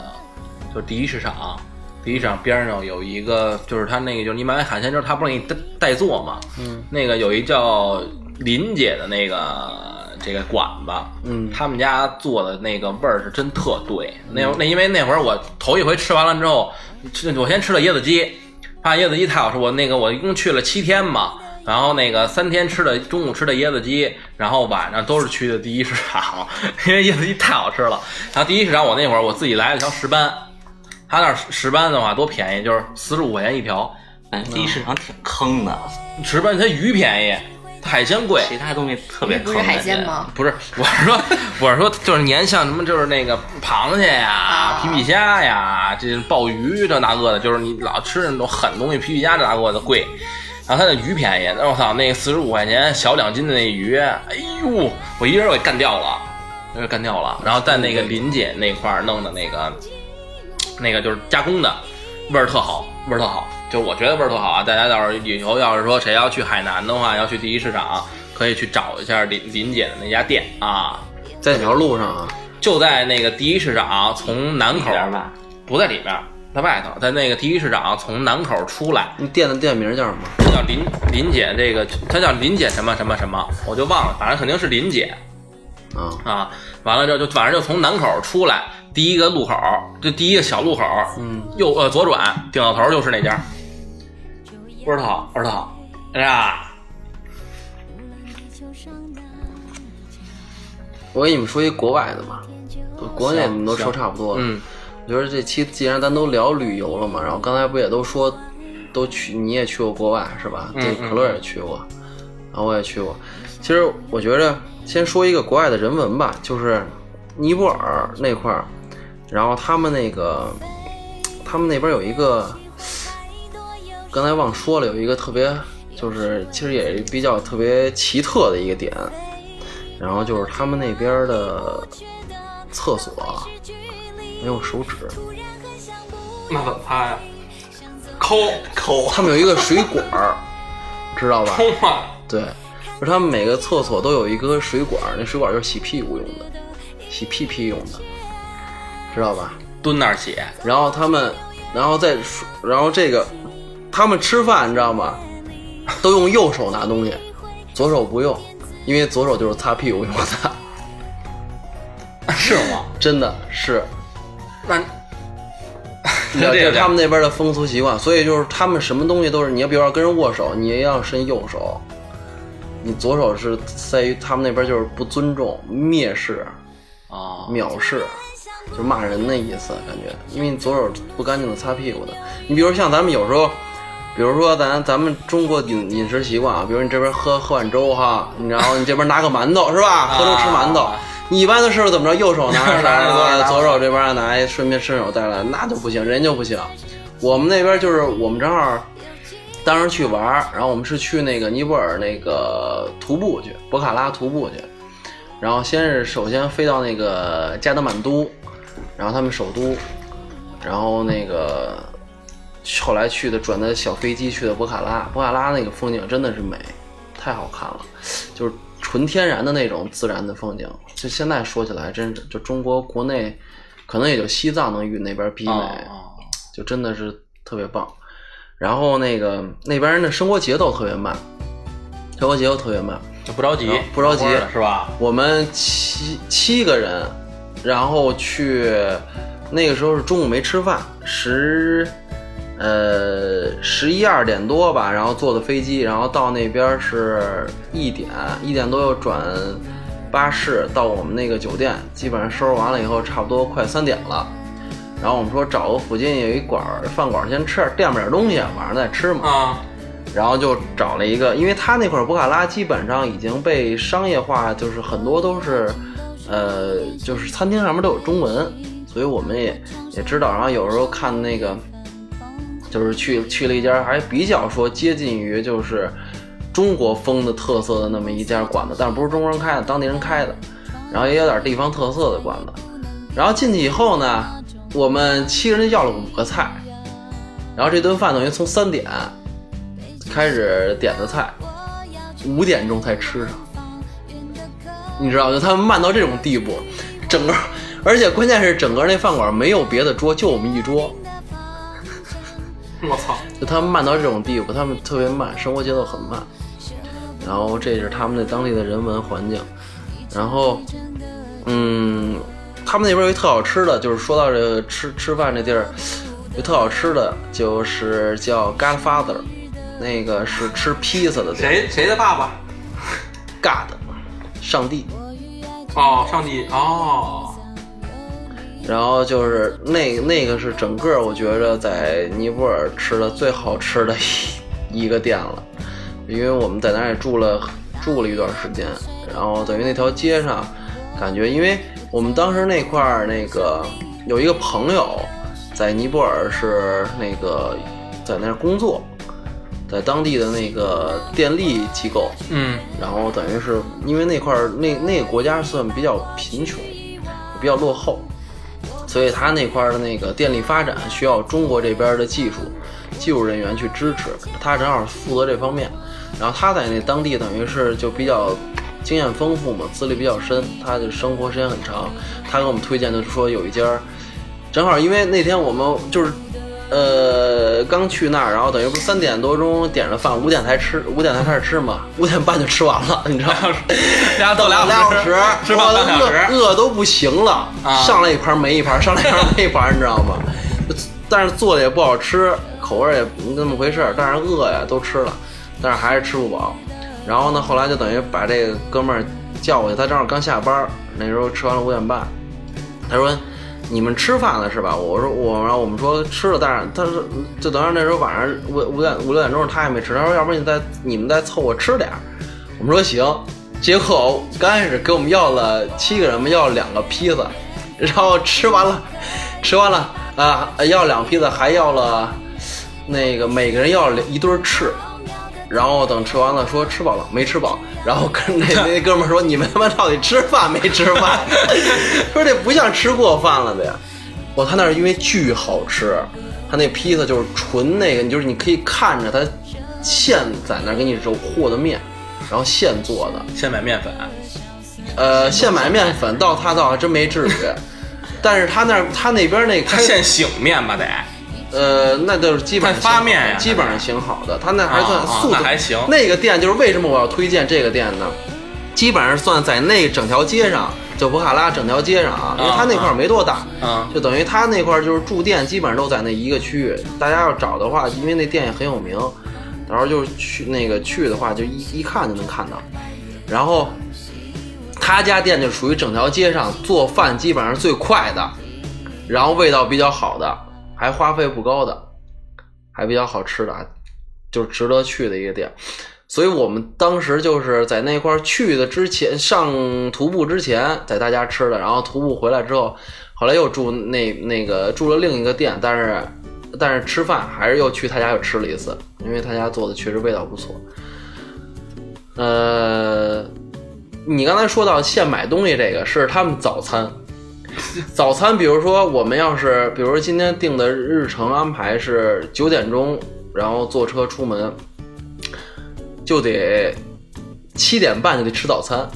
[SPEAKER 1] 就是第一市场，啊第一市场边上有一个，就是他那个就是你买海鲜之后，他不是给你带带做嘛，嗯，那个有一叫林姐的那个这个馆子，
[SPEAKER 2] 嗯
[SPEAKER 1] 他们家做的那个味儿是真特对。那那因为那会儿我头一回吃完了之后，吃我先吃了椰子鸡，发现椰子鸡太好吃。我那个我一共去了七天嘛，然后那个三天吃的中午吃的椰子鸡，然后晚上都是去的第一市场， 因为椰子鸡太好吃了。然后第一市场我那会儿我自己来了条石斑，他那儿石斑的话多便宜，就是四十五块钱一条，
[SPEAKER 3] 反正第哎
[SPEAKER 2] 嗯
[SPEAKER 3] 一市场挺坑的，
[SPEAKER 1] 石斑它鱼便宜，海鲜贵。
[SPEAKER 3] 其他东西特别
[SPEAKER 4] 不
[SPEAKER 3] 坑。
[SPEAKER 4] 是海鲜？吗？
[SPEAKER 1] 不是，我是说，我是说，就是年像什么，就是那个螃蟹呀、皮皮虾呀，这鲍鱼这那个的，就是你老吃那种狠东西，皮皮虾这那个的贵。然后它的鱼便宜，那我操，那四十五块钱小两斤的那鱼，哎呦，我一人给干掉了，一人干掉了。然后在那个林姐那块儿弄的那个，那个就是加工的，味儿特好，味儿特好，就我觉得味儿特好啊！大家到时候以后要是说谁要去海南的话，要去第一市场，可以去找一下林林姐的那家店啊，
[SPEAKER 2] 在哪条路上啊？
[SPEAKER 1] 就在那个第一市场啊从南
[SPEAKER 3] 里
[SPEAKER 1] 口，
[SPEAKER 3] 边吧，
[SPEAKER 1] 不在里边，在外头，在那个第一市场啊从南口出来，
[SPEAKER 2] 那店的店名叫什么？
[SPEAKER 1] 它叫林林姐这个，它叫林姐什么什么什么，我就忘了，反正肯定是林姐。
[SPEAKER 2] 啊，
[SPEAKER 1] 啊，完了之后就反正就从南口出来，第一个路口，就第一个小路口，
[SPEAKER 2] 嗯，
[SPEAKER 1] 右呃左转，顶到头就是那家，二套二套，是吧？
[SPEAKER 2] 我给你们说一国外的吧，国内你们都说差不多了。
[SPEAKER 1] 嗯，
[SPEAKER 2] 我觉得这期既然咱都聊旅游了嘛，然后刚才不也都说，都去你也去过国外是吧？对，可乐也去过，然后我也去过。其实我觉着先说一个国外的人文吧，就是尼泊尔那块儿，然后他们那个，他们那边有一个，刚才忘说了，有一个特别，就是其实也是比较特别奇特的一个点，然后就是他们那边的厕所没有手纸。
[SPEAKER 1] 那怎么擦呀？抠抠
[SPEAKER 2] 他们有一个水管儿，知道吧？
[SPEAKER 1] 抠嘛，
[SPEAKER 2] 对，就是他们每个厕所都有一个水管儿，那水管儿就是洗屁股用的，洗屁屁用的，知道吧？
[SPEAKER 1] 蹲那儿写，
[SPEAKER 2] 然后他们，然后再，然后这个，他们吃饭你知道吗？都用右手拿东西，左手不用，因为左手就是擦屁股用的，
[SPEAKER 1] 是吗？
[SPEAKER 2] 真的是。
[SPEAKER 1] 那 这
[SPEAKER 2] 了解
[SPEAKER 1] 个
[SPEAKER 2] 他们那边的风俗习惯，所以就是他们什么东西都是，你要比如说跟人握手，你也要伸右手，你左手是在于他们那边就是不尊重、蔑视、
[SPEAKER 1] 啊，
[SPEAKER 2] 藐视，就是骂人的意思，感觉，因为你左手不干净的擦屁股的。你比如像咱们有时候，比如说咱咱们中国饮饮食习惯啊，比如你这边喝喝碗粥哈，然后你这边拿个馒头是吧？喝粥吃馒头
[SPEAKER 1] 啊。
[SPEAKER 2] 你一般的是不是怎么着？右 手拿着
[SPEAKER 1] 拿着拿着拿
[SPEAKER 2] 拿
[SPEAKER 1] 着
[SPEAKER 2] 左手这边拿一，顺便顺手带来，那就不行，人就不行。我们那边就是我们正好当时去玩儿，然后我们是去那个尼泊尔那个徒步去，博卡拉徒步去。然后先是首先飞到那个加德满都，然后他们首都，然后那个后来去的转的小飞机去的博卡拉，博卡拉那个风景真的是美，太好看了，就是纯天然的那种自然的风景。就现在说起来，真是就中国国内可能也就西藏能与那边媲美。
[SPEAKER 1] 哦
[SPEAKER 2] 就真的是特别棒。然后那个那边人的生活节奏特别慢，生活节奏特别慢。
[SPEAKER 1] 就不着急
[SPEAKER 2] 啊，不着急
[SPEAKER 1] 慢慢的是吧？
[SPEAKER 2] 我们七七个人，然后去那个时候是中午没吃饭，十呃十一二点多吧，然后坐的飞机，然后到那边是一点一点多又转巴士到我们那个酒店，基本上收拾完了以后，差不多快三点了。然后我们说找个附近有一馆儿饭馆儿先吃点儿，垫吧点儿东西，晚上再吃嘛。
[SPEAKER 1] 啊，
[SPEAKER 2] 然后就找了一个，因为他那块儿博卡拉基本上已经被商业化，就是很多都是，呃，就是餐厅上面都有中文，所以我们也也知道。然后有时候看那个，就是去去了一家还比较说接近于就是中国风的特色的那么一家馆子，但是不是中国人开的，当地人开的，然后也有点地方特色的馆子。然后进去以后呢，我们七个人要了五个菜，然后这顿饭等于从三点开始点的菜，五点钟才吃上。你知道，就他们慢到这种地步，整个，而且关键是整个那饭馆没有别的桌，就我们一桌，
[SPEAKER 1] 我操，
[SPEAKER 2] 就他们慢到这种地步，他们特别慢，生活节奏很慢。然后这是他们那当地的人文环境，然后，嗯，他们那边有一特好吃的，就是说到这个吃吃饭这地儿，有特好吃的，就是叫 Godfather，那个是吃披萨的地儿。
[SPEAKER 1] 谁谁的爸爸？
[SPEAKER 2] God，上帝。
[SPEAKER 1] 哦，上帝，哦，
[SPEAKER 2] 然后就是那那个是整个我觉着在尼泊尔吃的最好吃的一一个店了，因为我们在那儿也住了住了一段时间，然后等于那条街上，感觉因为我们当时那块儿那个有一个朋友在尼泊尔是那个在那儿工作，在当地的那个电力机构，
[SPEAKER 1] 嗯，
[SPEAKER 2] 然后等于是因为那块儿那那个国家算比较贫穷，比较落后，所以他那块儿的那个电力发展需要中国这边的技术技术人员去支持，他正好负责这方面。然后他在那当地等于是就比较经验丰富嘛，资历比较深，他的生活时间很长。他给我们推荐的是说有一家儿，正好因为那天我们就是。呃，刚去那儿，然后等于不是三点多钟点了饭，五点才吃，五点才开始吃嘛，五点半就吃完了，你知道吗？
[SPEAKER 1] 俩都俩
[SPEAKER 2] 俩小时，
[SPEAKER 1] 吃饭半小时，
[SPEAKER 2] 饿饿都不行了，
[SPEAKER 1] 啊
[SPEAKER 2] 上来一盘没一盘，上来一盘没一盘，你知道吗？但是做的也不好吃，口味儿也那么回事儿，但是饿呀，都吃了，但是还是吃不饱。然后呢，后来就等于把这个哥们儿叫过去，他正好刚下班儿，那时候吃完了五点半，他说。你们吃饭了是吧？我说我，然后我们说吃了，但是他说就等于那时候晚上五五点五六点钟他也没吃，他说要不然你再你们再凑合吃点儿。我们说行，结果刚开始给我们要了七个人嘛，要了两个披萨，然后吃完了，吃完了啊，要两披萨，还要了那个每个人要了一对儿翅，然后等吃完了说吃饱了没吃饱，然后跟那那哥们儿说你们他妈到底吃饭没吃饭？ 说这不像吃过饭了的呀。哇，他那儿因为巨好吃，他那披萨就是纯那个，你就是你可以看着他现在那儿给你揉和的面，然后现做的，
[SPEAKER 1] 先买面粉，
[SPEAKER 2] 呃，现买面粉到他倒还真没至于，但是他那儿他那边儿那
[SPEAKER 1] 他
[SPEAKER 2] 开
[SPEAKER 1] 现醒面吧得，
[SPEAKER 2] 呃，那就是基本上
[SPEAKER 1] 快发面呀
[SPEAKER 2] 基本上行好的，他那还算
[SPEAKER 1] 啊啊
[SPEAKER 2] 速度、
[SPEAKER 1] 那还行
[SPEAKER 2] 那个店就是为什么我要推荐这个店呢？基本上算在那整条街上，就博卡拉整条街上啊，因为他那块儿没多大，
[SPEAKER 1] 啊
[SPEAKER 2] 就等于他那块儿就是住店，基本上都在那一个区域。大家要找的话，因为那店也很有名，然后就是去那个去的话，就一一看就能看到。然后他家店就属于整条街上做饭基本上是最快的，然后味道比较好的，还花费不高的，还比较好吃的啊，就是值得去的一个店。所以我们当时就是在那块儿去的之前，上徒步之前在他家吃的，然后徒步回来之后，后来又住那那个住了另一个店，但是但是吃饭还是又去他家又吃了一次，因为他家做的确实味道不错。呃，你刚才说到现买东西这个是他们早餐，早餐，比如说我们要是，比如说今天定的日程安排是九点钟，然后坐车出门，就得七点半就得吃早餐，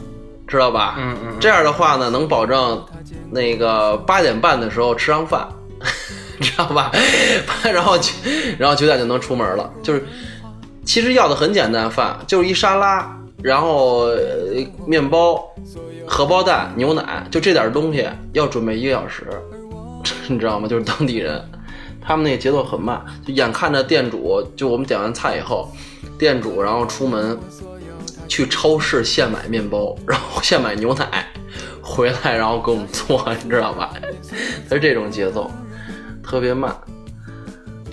[SPEAKER 2] 知道吧？
[SPEAKER 1] 嗯嗯嗯
[SPEAKER 2] 这样的话呢，能保证那个八点半的时候吃上饭， 知道吧？ 然后九然后九点就能出门了，就是其实要的很简单，饭就是一沙拉，然后、呃面包、荷包蛋、牛奶，就这点东西要准备一个小时， 你知道吗？就是当地人，他们那个节奏很慢，就眼看着店主，就我们点完菜以后，店主然后出门去超市现买面包，然后现买牛奶，回来然后给我们做，你知道吧？他是这种节奏，特别慢，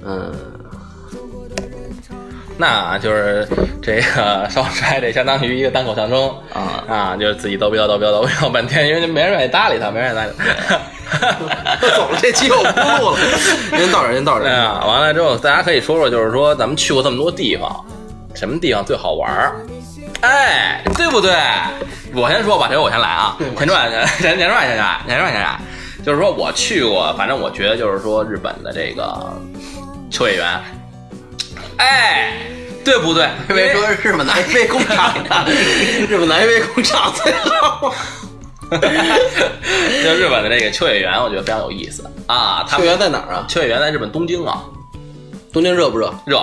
[SPEAKER 2] 嗯。
[SPEAKER 1] 那就是这个烧筛，这相当于一个单口相声
[SPEAKER 3] 啊
[SPEAKER 1] 啊，就是自己叨逼叨叨逼叨叨逼叨半天，因为就没人愿意搭理他，没人愿意搭理他。
[SPEAKER 2] 走了，这期我不录 了。您到这儿，您到这
[SPEAKER 1] 对
[SPEAKER 2] 儿。
[SPEAKER 1] 啊，完了之后，大家可以说说，就是说咱们去过这么多地方，什么地方最好玩儿？哎，对不对？我先说吧，谁我先来啊？钱传，钱钱传先来，钱传先来。就是说我去过，反正我觉得就是说日本的这个秋叶原，哎，对不对？因为
[SPEAKER 2] 别说日本南非工厂的，日本南非工厂最好。
[SPEAKER 1] 就日本的这个秋叶原，我觉得非常有意思啊。他
[SPEAKER 2] 秋
[SPEAKER 1] 们
[SPEAKER 2] 园在哪儿啊？
[SPEAKER 1] 秋叶原在日本东京啊，
[SPEAKER 2] 东京热不热？
[SPEAKER 1] 热。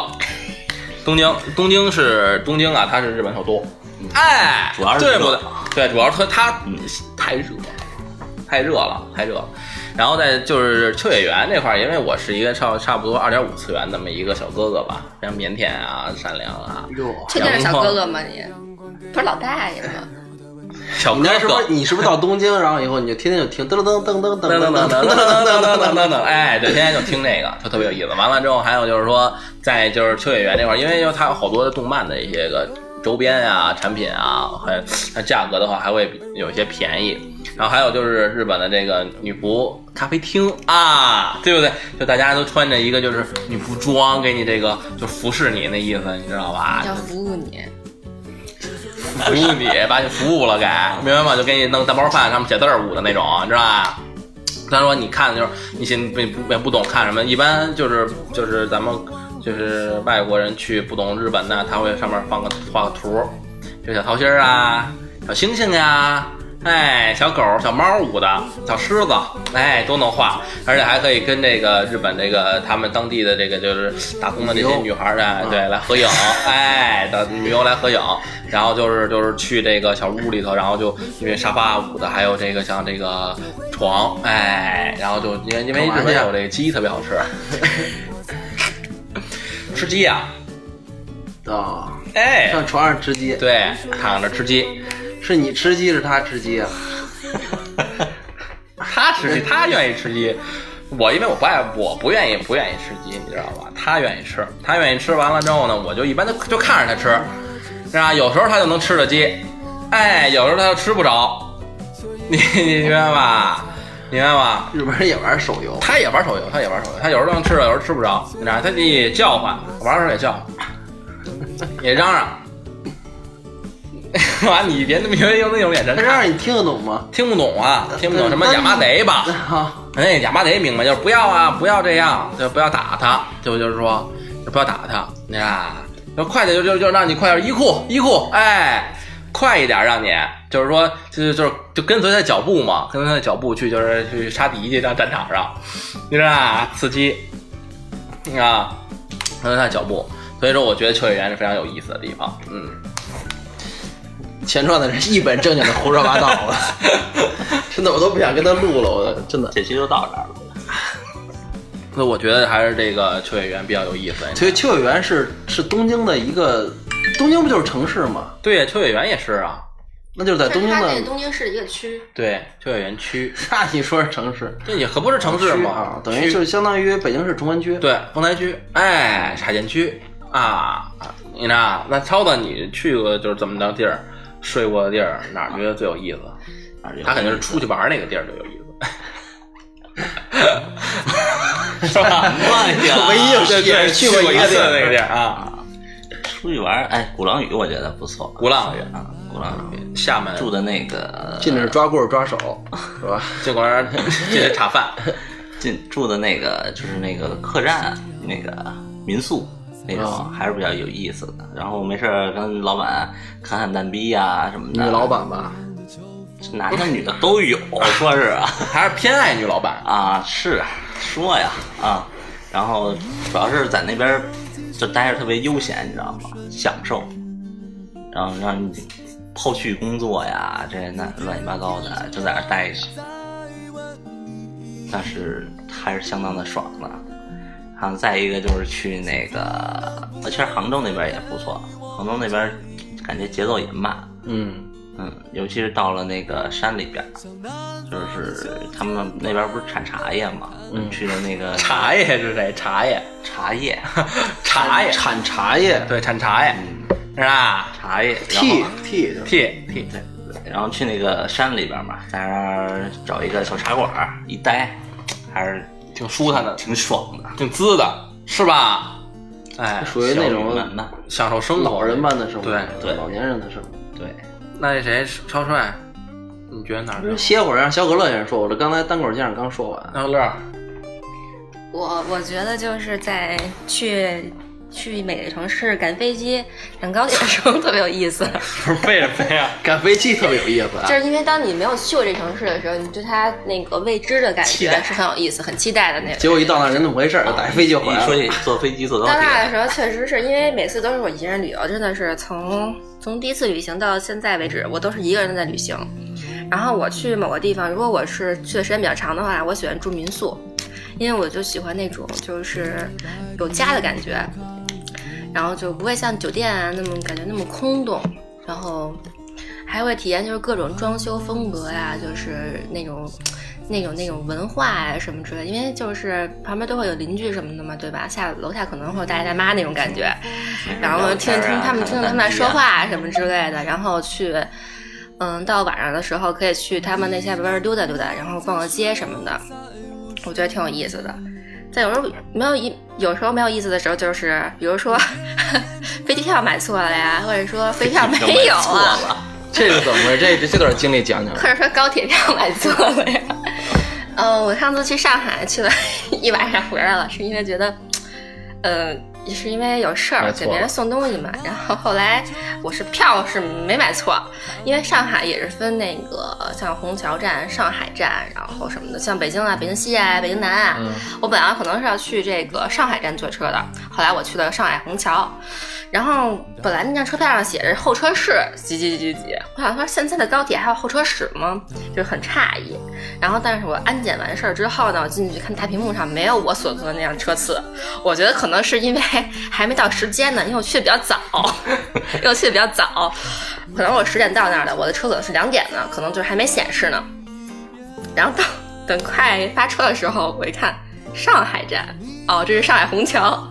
[SPEAKER 1] 东 京，东京是东京啊，它是日本首都。哎，
[SPEAKER 3] 主要是
[SPEAKER 1] 对
[SPEAKER 3] 热
[SPEAKER 1] 不对？对，主要是它它嗯太热，太热了，太热了。然后再就是秋叶原这块儿，因为我是一个差差不多二点五次元那么一个小哥哥吧，非常腼腆啊，善良啊，
[SPEAKER 4] 确定是小哥哥吗你？不是老大爷吗？
[SPEAKER 1] 小
[SPEAKER 2] 你
[SPEAKER 1] 哥
[SPEAKER 2] 那是不
[SPEAKER 1] 哥
[SPEAKER 2] 是。你是不是到东京，然后以后你就天天就听噔噔噔噔噔噔
[SPEAKER 1] 噔噔噔噔
[SPEAKER 2] 噔噔
[SPEAKER 1] 噔噔噔
[SPEAKER 2] 噔噔噔
[SPEAKER 1] 噔噔噔，哎，对，天天就听这个，就特别有意思。完了之后，还有就是说，在就是秋叶原这块儿，因为因为它有好多的动漫的一些个周边啊、产品啊，还它价格的话还会有一些便宜。然后还有就是日本的这个女仆咖啡厅啊，对不对？就大家都穿着一个就是女仆装，给你这个就服侍你那意思，你知道吧？
[SPEAKER 4] 要服务你，
[SPEAKER 1] 服务你， 把你服务了给，明白吗？就给你弄大包饭，上面写字儿捂的那种，你知道吧？他说你看的就是你先不不不懂看什么，一般就是就是咱们就是外国人去不懂日本的，他会上面放个画个图，就小桃心儿啊，小星星呀、哎，小狗、小猫舞的，小狮子，哎，都能画，而且还可以跟这个日本这个他们当地的这个就是打工的这些女孩儿哎，对，来合影，哎，的旅游来合影，然后就是就是去这个小屋里头，然后就因为沙发舞的，还有这个像这个床，哎，然后就因为因为日本有这个鸡特别好吃，吃鸡呀、
[SPEAKER 2] 啊，
[SPEAKER 1] 哎，
[SPEAKER 2] 上床上吃鸡，
[SPEAKER 1] 对，躺着吃鸡，
[SPEAKER 2] 是你吃鸡是他吃鸡啊？
[SPEAKER 1] 他吃鸡，他愿意吃鸡。我因为我不爱，我不愿意不愿意吃鸡，你知道吧？他愿意吃，他愿意吃完了之后呢，我就一般都就看着他吃，是吧？有时候他就能吃着鸡，哎，有时候他就吃不着，你你明白吧？明白吧？
[SPEAKER 2] 日本人也玩手游，
[SPEAKER 1] 他也玩手游，他也玩手游，他有时候能吃着，有时候吃不着，你知道吧，他得叫唤，玩的时候也叫唤，也嚷 嚷。完，你别那么用那种眼神
[SPEAKER 2] 他
[SPEAKER 1] 看，
[SPEAKER 2] 让你听得懂吗？
[SPEAKER 1] 听不懂啊，听不懂什么亚麻贼吧？
[SPEAKER 2] 啊，
[SPEAKER 1] 哎，亚麻贼明白，就是不要啊，不要这样，就不要打他，就就是说，就不要打他，你看，就快点，就就就让你快点，一库一库，哎，快一点，让你就是说，就是就是就跟随他的脚步嘛，跟随他的脚步去，就是去杀敌去，到战场上，你知道吧？刺激啊，跟随他的脚步，所以说我觉得秋叶原是非常有意思的地方，嗯，
[SPEAKER 2] 前传的人一本正经的胡说八道了，真的我都不想跟他录了，我真的。
[SPEAKER 3] 这期就到这儿了。
[SPEAKER 1] 所以我觉得还是这个秋叶原比较有意思。
[SPEAKER 2] 所以秋叶原是是东京的一个，东京不就是城市吗？
[SPEAKER 1] 对呀，秋叶原也是啊。
[SPEAKER 2] 那就是在
[SPEAKER 4] 但
[SPEAKER 2] 呃东
[SPEAKER 4] 是
[SPEAKER 2] 京
[SPEAKER 4] 它那个
[SPEAKER 2] 的，
[SPEAKER 4] 东京市一个区，
[SPEAKER 1] 对，秋叶原区，
[SPEAKER 2] 那 你说是城市？
[SPEAKER 1] 这也可不是城市嘛，
[SPEAKER 2] 啊，等于
[SPEAKER 1] 区
[SPEAKER 2] 就是相当于北京市崇文区。
[SPEAKER 1] 对丰台区，哎，海淀区啊，你呢？那超子，你去过就是这么着地儿，睡过的地儿，哪儿觉得最有意思？
[SPEAKER 3] 反正
[SPEAKER 1] 他肯定是出去玩儿那个地儿最有意 思，是吧？
[SPEAKER 2] 唯一有
[SPEAKER 1] 对
[SPEAKER 2] 也
[SPEAKER 1] 对，
[SPEAKER 2] 是去
[SPEAKER 1] 过
[SPEAKER 2] 过一
[SPEAKER 1] 一
[SPEAKER 2] 个
[SPEAKER 1] 次
[SPEAKER 2] 地儿
[SPEAKER 1] 那个地儿啊，
[SPEAKER 3] 出去玩儿，哎，鼓浪屿我觉得不错，
[SPEAKER 1] 鼓浪屿
[SPEAKER 3] 啊，鼓浪
[SPEAKER 2] 嗯
[SPEAKER 3] 屿
[SPEAKER 1] 厦门
[SPEAKER 3] 住的那个
[SPEAKER 2] 进去是抓棍儿抓手，是吧？
[SPEAKER 1] 这块儿这是茶饭，
[SPEAKER 3] 进住的那个就是那个客栈那个民宿那种、
[SPEAKER 2] 啊
[SPEAKER 3] 还是比较有意思的。然后没事儿跟老板侃侃蛋逼呀、什么
[SPEAKER 2] 女
[SPEAKER 3] 的。
[SPEAKER 2] 老板吧，
[SPEAKER 3] 男的女的都有，说是啊
[SPEAKER 1] 还是偏爱女老板。
[SPEAKER 3] 啊是啊说呀啊，然后主要是在那边儿就待着特别悠闲，你知道吗？享受，然后让你抛去工作呀这那乱七八糟的，就在那儿待着，但是还是相当的爽的。然后再一个就是去那个，呃其实杭州那边也不错，杭州那边儿感觉节奏也慢，
[SPEAKER 2] 嗯，
[SPEAKER 3] 嗯，尤其是到了那个山里边儿，就是他们那边儿不是产茶叶嘛，嗯，去的那个
[SPEAKER 1] 茶叶是谁？茶叶，
[SPEAKER 3] 茶叶，
[SPEAKER 1] 茶叶，
[SPEAKER 2] 产茶 叶
[SPEAKER 1] 对，产茶叶，是吧？
[SPEAKER 3] 茶叶，然后
[SPEAKER 2] ，T T 就是
[SPEAKER 1] T T，
[SPEAKER 3] 然后去那个山里边儿嘛，在那儿找一个小茶馆儿一待，还是
[SPEAKER 1] 挺舒坦的，
[SPEAKER 3] 挺爽的，
[SPEAKER 1] 挺滋的，是吧？哎，
[SPEAKER 2] 属于那
[SPEAKER 3] 小
[SPEAKER 2] 种
[SPEAKER 3] 女人呢，
[SPEAKER 1] 享受生活，
[SPEAKER 2] 老人般的生活，
[SPEAKER 1] 对
[SPEAKER 3] 对
[SPEAKER 2] 老年人的生活。
[SPEAKER 3] 对，
[SPEAKER 1] 那这谁超帅？你觉得哪儿
[SPEAKER 2] 就是歇会儿，让小可乐先说。我这刚才单口相声刚说完，
[SPEAKER 1] 那乐儿，
[SPEAKER 4] 我我觉得就是在去去每个城市赶飞机、赶高铁的时候 特别有意思，
[SPEAKER 1] 不是为什么呀？
[SPEAKER 2] 赶飞机特别有意思啊
[SPEAKER 4] 就。是因为当你没有去过这城市的时候，你对它那个未知的感
[SPEAKER 1] 期
[SPEAKER 4] 觉
[SPEAKER 1] 待
[SPEAKER 4] 是很有意思、很期待的那
[SPEAKER 2] 结
[SPEAKER 4] 种。
[SPEAKER 2] 果一到那儿人怎么回事儿？打飞机就回
[SPEAKER 3] 一
[SPEAKER 2] 来
[SPEAKER 3] 说
[SPEAKER 2] 了。
[SPEAKER 3] 起坐飞机坐高
[SPEAKER 4] 到那的
[SPEAKER 3] 铁，
[SPEAKER 4] 时候，确实是因为每次都是我一个人旅游，真的是从从第一次旅行到现在为止，我都是一个人在旅行。然后我去某个地方，如果我是去的时间比较长的话，我喜欢住民宿，因为我就喜欢那种就是有家的感觉，然后就不会像酒店啊那么感觉那么空洞，然后还会体验就是各种装修风格呀、就是那种。那种那种文化呀、什么之类的，因为就是旁边都会有邻居什么的嘛，对吧？下楼下可能会有大爷大妈那种感觉，然后听
[SPEAKER 3] 啊
[SPEAKER 4] 听他们听听他们说话啊什么之类的，然后去，嗯，到晚上的时候可以去他们那下边儿溜达溜达，然后逛个街什么的，我觉得挺有意思的。但有时候没有意，有时候没有意思的时候，就是比如说 飞机票买错了呀，或者说飞票没有
[SPEAKER 3] 错
[SPEAKER 4] 啊，
[SPEAKER 3] 了，
[SPEAKER 2] 这是怎么回事？这这段经历讲讲。
[SPEAKER 4] 或者说高铁票买错了呀。呃，我上次去上海去了 一晚上，回来了，是因为觉得，呃，也是因为有事
[SPEAKER 2] 买
[SPEAKER 4] 儿
[SPEAKER 2] 错
[SPEAKER 4] 给别人
[SPEAKER 2] 了
[SPEAKER 4] 送东西嘛。然后后来我是票是没买错，因为上海也是分那个像虹桥站、上海站，然后什么的，像北京啊、北京西啊、北京南啊。
[SPEAKER 2] 嗯
[SPEAKER 4] 我本来可能是要去这个上海站坐车的，后来我去了上海虹桥，然后本来那张车票上写着候车室几几几几几，我想说现在的高铁还有候车室吗？就很诧异。然后但是我安检完事儿之后呢，我进去看大屏幕上没有我所坐的那辆车次，我觉得可能是因为还没到时间呢，因为我去的比较早，因为我去的比较早，可能我十点到那儿的，我的车损是两点呢，可能就是还没显示呢。然后到等快发车的时候，我一看上海站，哦，这是上海虹桥，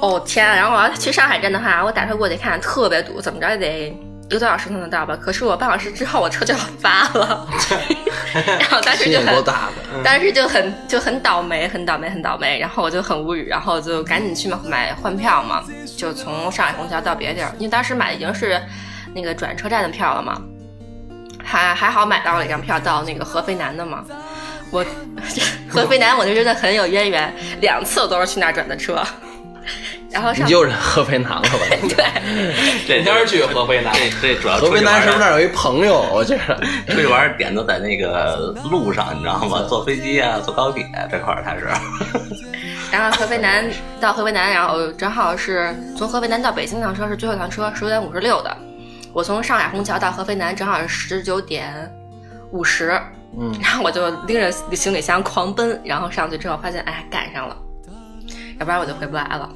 [SPEAKER 4] 哦天啊！然后我要去上海站的话，我打车过去看特别堵，怎么着也得一个多小时才能到吧？可是我半小时之后我车就要发了， 然后当时
[SPEAKER 2] 心
[SPEAKER 4] 就
[SPEAKER 2] 也够
[SPEAKER 4] 很。
[SPEAKER 2] 大的。嗯
[SPEAKER 4] 当时就很就很倒霉，很倒霉，很倒霉。然后我就很无语，然后就赶紧去买买换票嘛，就从上海虹桥到别的地儿，因为当时买的已经是那个转车站的票了嘛，还还好买到了一张票到那个合肥南的嘛。我 合肥南我就真的很有渊源，两次我都是去那儿转的车，然后
[SPEAKER 2] 你
[SPEAKER 4] 上
[SPEAKER 2] 就忍合肥南了 吧？
[SPEAKER 4] 对
[SPEAKER 3] 这
[SPEAKER 1] 你天儿去河北南，
[SPEAKER 3] 这这主要
[SPEAKER 2] 合肥南是不是那
[SPEAKER 3] 儿？
[SPEAKER 2] 儿有一朋友？我觉 得
[SPEAKER 3] 出去玩儿点都在那个路上，你知道吗？坐飞机啊，坐高铁这块儿，他是
[SPEAKER 4] 然后合肥南到合肥南，然后正好是从合肥南到北京那趟车是最后一趟车，十九点五十六的。我从上海虹桥到合肥南正好是十九点五十，
[SPEAKER 2] 嗯
[SPEAKER 4] 然后我就拎着行李箱狂奔，然后上去之后发现，哎，赶上了，要不然我就回不来了。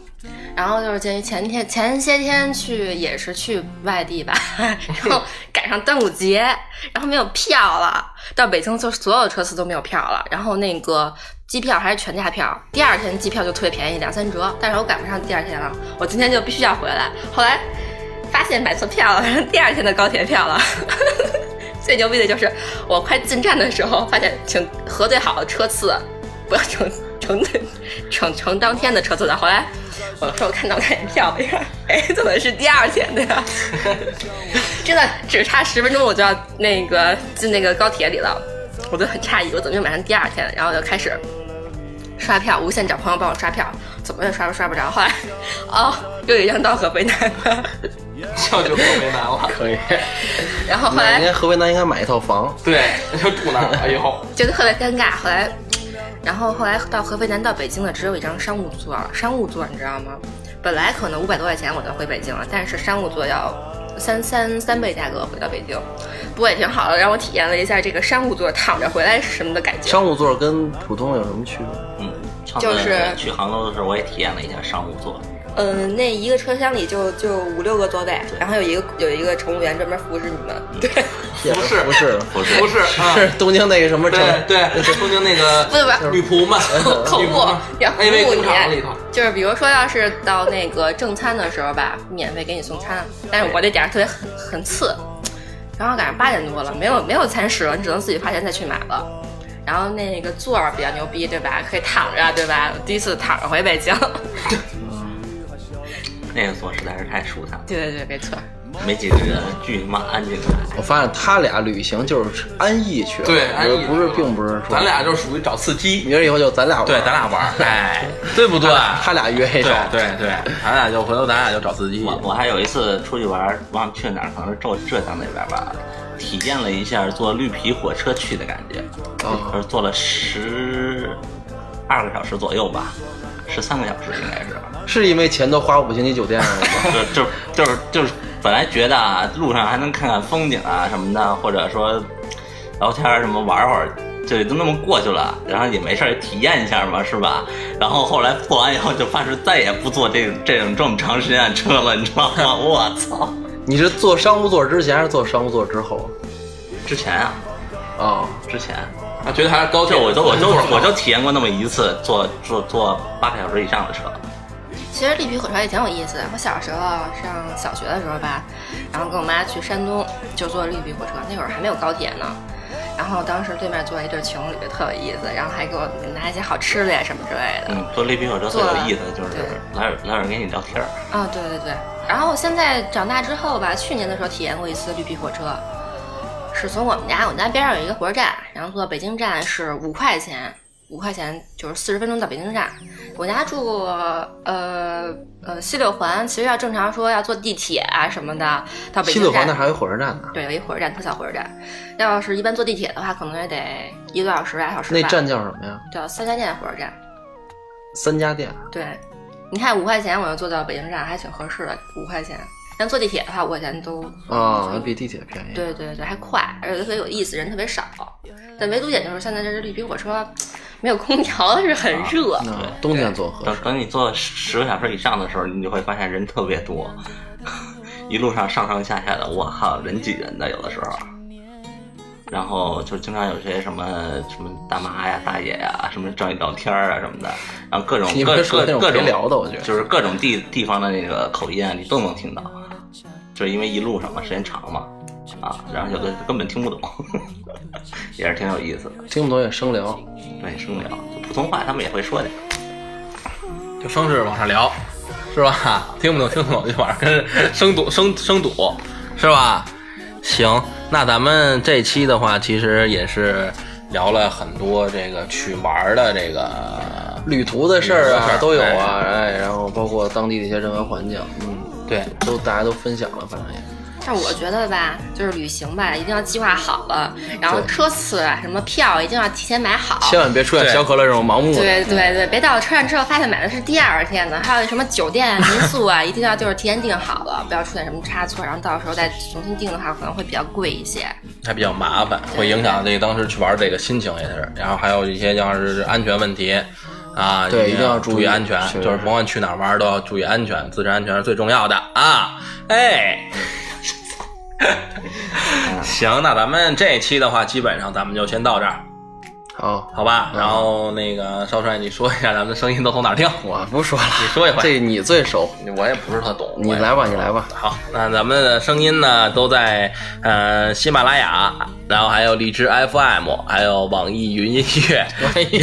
[SPEAKER 4] 然后就是鉴于前天前些天去也是去外地吧，然后赶上端午节，然后没有票了，到北京就所有车次都没有票了，然后那个机票还是全价票，第二天机票就特别便宜，两三折，但是我赶不上第二天了，我今天就必须要回来。后来发现买错票了， 第二天的高铁票了。 最牛逼的就是我快进站的时候，发现请核对好车次，不 要乘乘对乘乘当天的车次的。后来我说我看到看票，一看，哎，怎么是第二天的呀？真的只差十分钟我就要那个进那个高铁里了，我就很诧异，我怎么又买上第二天了？然后我就开始刷票，无限找朋友帮我刷票，怎么也刷不刷不着。后来，哦，又有一张到合肥南了，
[SPEAKER 1] 就去河北南了。
[SPEAKER 2] 可以。
[SPEAKER 4] 然后后
[SPEAKER 2] 那
[SPEAKER 4] 来
[SPEAKER 2] 人家河北南应该买一套房，
[SPEAKER 1] 对，就住那儿了以 后，
[SPEAKER 4] 觉得特别尴尬。后来，然后后来到合肥南到北京的只有一张商务座，商务座你知道吗？本来可能五百多块钱我就回北京了，但是商务座要三三三倍价格回到北京，不过也挺好的，让我体验了一下这个商务座躺着回来是什么的感觉。
[SPEAKER 2] 商务座跟普通有什么区别？
[SPEAKER 3] 嗯，上
[SPEAKER 4] 就
[SPEAKER 3] 次
[SPEAKER 4] 是
[SPEAKER 3] 去杭州的时候，我也体验了一下商务座，
[SPEAKER 4] 嗯、那一个车厢里就就五六个座位，然后有一个有一个乘务员专门服侍你们。对，
[SPEAKER 1] 不是
[SPEAKER 2] 不是，
[SPEAKER 3] 不是
[SPEAKER 1] 不是啊，
[SPEAKER 2] 是东京那个什么城？
[SPEAKER 1] 对对，东京那
[SPEAKER 4] 不是
[SPEAKER 1] 个
[SPEAKER 4] 不是。
[SPEAKER 1] 女仆们，
[SPEAKER 4] 口
[SPEAKER 1] 女
[SPEAKER 4] 误
[SPEAKER 1] 仆们，
[SPEAKER 4] 要服
[SPEAKER 1] AV
[SPEAKER 4] 务
[SPEAKER 1] 工厂里
[SPEAKER 4] 你
[SPEAKER 1] 头，，
[SPEAKER 4] 就是比如说，要是到那个正餐的时候吧，免费给你送餐，但是我这点儿特别很很次，然后赶上八点多了，没有没有餐食了，你只能自己花钱再去买了。然后那个座儿比较牛逼，对吧？可以躺着，对吧？第一次躺着回北京，
[SPEAKER 3] 那个座实在是太舒坦了，
[SPEAKER 4] 对对对，没错。
[SPEAKER 3] 没几个人，巨他妈安静啊的。
[SPEAKER 2] 我发现他俩旅行就是安逸去了，
[SPEAKER 1] 对，安逸
[SPEAKER 2] 不是，并不是说
[SPEAKER 1] 咱俩就是属于找刺激，
[SPEAKER 2] 明儿以后就咱俩玩
[SPEAKER 1] 对，咱俩玩儿， 哎，对不对？
[SPEAKER 2] 他俩约一
[SPEAKER 1] 对
[SPEAKER 2] 手，
[SPEAKER 1] 对对，咱俩就回头咱俩就找刺激，
[SPEAKER 3] 我我还有一次出去玩儿，忘了去哪儿，可能是浙浙江那边吧，体验了一下坐绿皮火车去的感觉，
[SPEAKER 2] 哦
[SPEAKER 3] 就是坐了十二个小时左右吧，十三个小时应该是。
[SPEAKER 2] 是因为钱都花五星级酒店了吗？
[SPEAKER 3] 就就就是就是本来觉得啊，路上还能看看风景啊什么的，或者说聊天儿什么玩会儿，就都那么过去了，然后也没事儿体验一下嘛，是吧？然后后来做完以后，就发誓再也不坐这种这种这么长时间的车了，你知道吗？ 我操！
[SPEAKER 2] 你是坐商务座之前还是坐商务座之后？
[SPEAKER 3] 之前啊，
[SPEAKER 2] 啊，
[SPEAKER 3] 之前，
[SPEAKER 1] 啊，觉得还是高
[SPEAKER 3] 就
[SPEAKER 1] 铁，
[SPEAKER 3] 我就我就
[SPEAKER 1] 就是
[SPEAKER 3] 我就体验过那么一次坐坐坐八个小时以上的车，
[SPEAKER 4] 其实绿皮火车也挺有意思的。我小时候上小学的时候吧，然后跟我妈去山东，就坐绿皮火车，那会儿还没有高铁呢。然后当时对面坐了一对情侣，特有意思，然后还给我拿一些好吃的呀什么之类的。
[SPEAKER 3] 嗯，坐绿皮火车最有意思的就是
[SPEAKER 4] 对
[SPEAKER 3] 老有老有人跟你聊天儿，
[SPEAKER 4] 啊、对对对。然后现在长大之后吧，去年的时候体验过一次绿皮火车，是从我们家，我们家边上有一个火车站，然后坐到北京站是五块钱，五块钱就是四十分钟到北京站。我家住呃呃西六环，其实要正常说要坐地铁啊什么的到北
[SPEAKER 2] 西
[SPEAKER 4] 京
[SPEAKER 2] 六
[SPEAKER 4] 站。
[SPEAKER 2] 环那还有火车站呢，
[SPEAKER 4] 对，有一火车站，特小火车站。要是一般坐地铁的话，可能也得一个多小时、俩小时吧。
[SPEAKER 2] 那站叫什么呀？
[SPEAKER 4] 叫三家店火车站。
[SPEAKER 2] 三家店。
[SPEAKER 4] 对，你看五块钱我就坐到北京站，还挺合适的，五块钱。但坐地铁的话，五块钱都
[SPEAKER 2] 啊，比地铁便宜。
[SPEAKER 4] 嗯对对对，还快，而且特别有意思，人特别少。但唯独点就是现在这是绿皮火车，没有空调是很热。
[SPEAKER 2] 啊那冬天坐合
[SPEAKER 3] 等
[SPEAKER 2] 适。
[SPEAKER 3] 等你坐十个小时以上的时候，你就会发现人特别多，一路上上上下下的，我靠，人挤人的有的时候。然后就经常有些什么什么大妈呀、大爷呀，什么找你聊天儿啊什么的，然后各种
[SPEAKER 2] 你
[SPEAKER 3] 各
[SPEAKER 2] 别说那
[SPEAKER 3] 各
[SPEAKER 2] 种
[SPEAKER 3] 各
[SPEAKER 2] 陪
[SPEAKER 3] 种
[SPEAKER 2] 聊的，我觉
[SPEAKER 3] 就
[SPEAKER 2] 得。
[SPEAKER 3] 是各种地地方的那个口音啊，你都能听到，就是因为一路上嘛，时间长嘛，啊，然后有的根本听不懂， 也是挺有意思的。
[SPEAKER 2] 听不懂也生聊，
[SPEAKER 3] 对，生聊就普通话他们也会说点儿，
[SPEAKER 1] 就生是往上聊，是吧？ 听不懂听不懂就往上跟生赌 生生赌，是吧？行，那咱们这期的话，其实也是聊了很多这个去玩儿的这个
[SPEAKER 2] 旅途的事儿
[SPEAKER 1] 旅途的事
[SPEAKER 2] 啊
[SPEAKER 1] 儿
[SPEAKER 2] 都有啊，哎，然后包括当地的一些人文环境，嗯，
[SPEAKER 1] 对。
[SPEAKER 2] 都大家都分享了，反正也。
[SPEAKER 4] 但我觉得吧，就是旅行吧，一定要计划好了，然后车次啊、什么票一定要提前买好。
[SPEAKER 2] 千万别出现
[SPEAKER 1] 对
[SPEAKER 2] 小可乐这种盲目的。
[SPEAKER 4] 对对对，别到了车站之后发现买的是第二天的，还有什么酒店啊、民宿啊，一定要就是提前订好了，不要出现什么差错，然后到时候再重新订的话可能会比较贵一些。
[SPEAKER 1] 还比较麻烦，会影响这个当时去玩这个心情也是。然后还有一些像是安全问题啊，
[SPEAKER 2] 对
[SPEAKER 1] 一定
[SPEAKER 2] 一定要注
[SPEAKER 1] 注
[SPEAKER 2] 意
[SPEAKER 1] 意安全，
[SPEAKER 2] 是
[SPEAKER 1] 就是甭管去哪儿玩都要注意安全，自身安全是最重要的啊！哎， 行，那咱们这一期的话，基本上咱们就先到这儿，
[SPEAKER 2] 好，
[SPEAKER 1] 好吧？
[SPEAKER 2] 嗯
[SPEAKER 1] 然后那个少帅，你说一下咱们的声音都从哪儿听？
[SPEAKER 2] 我不说了，
[SPEAKER 1] 你说一回
[SPEAKER 2] 这你最熟，
[SPEAKER 1] 我也不是特懂，
[SPEAKER 2] 你
[SPEAKER 1] 我也
[SPEAKER 2] 来吧，你来吧。
[SPEAKER 1] 好，那咱们的声音呢，都在呃喜马拉雅，然后还有荔枝 FM，还有网易云音乐，网易云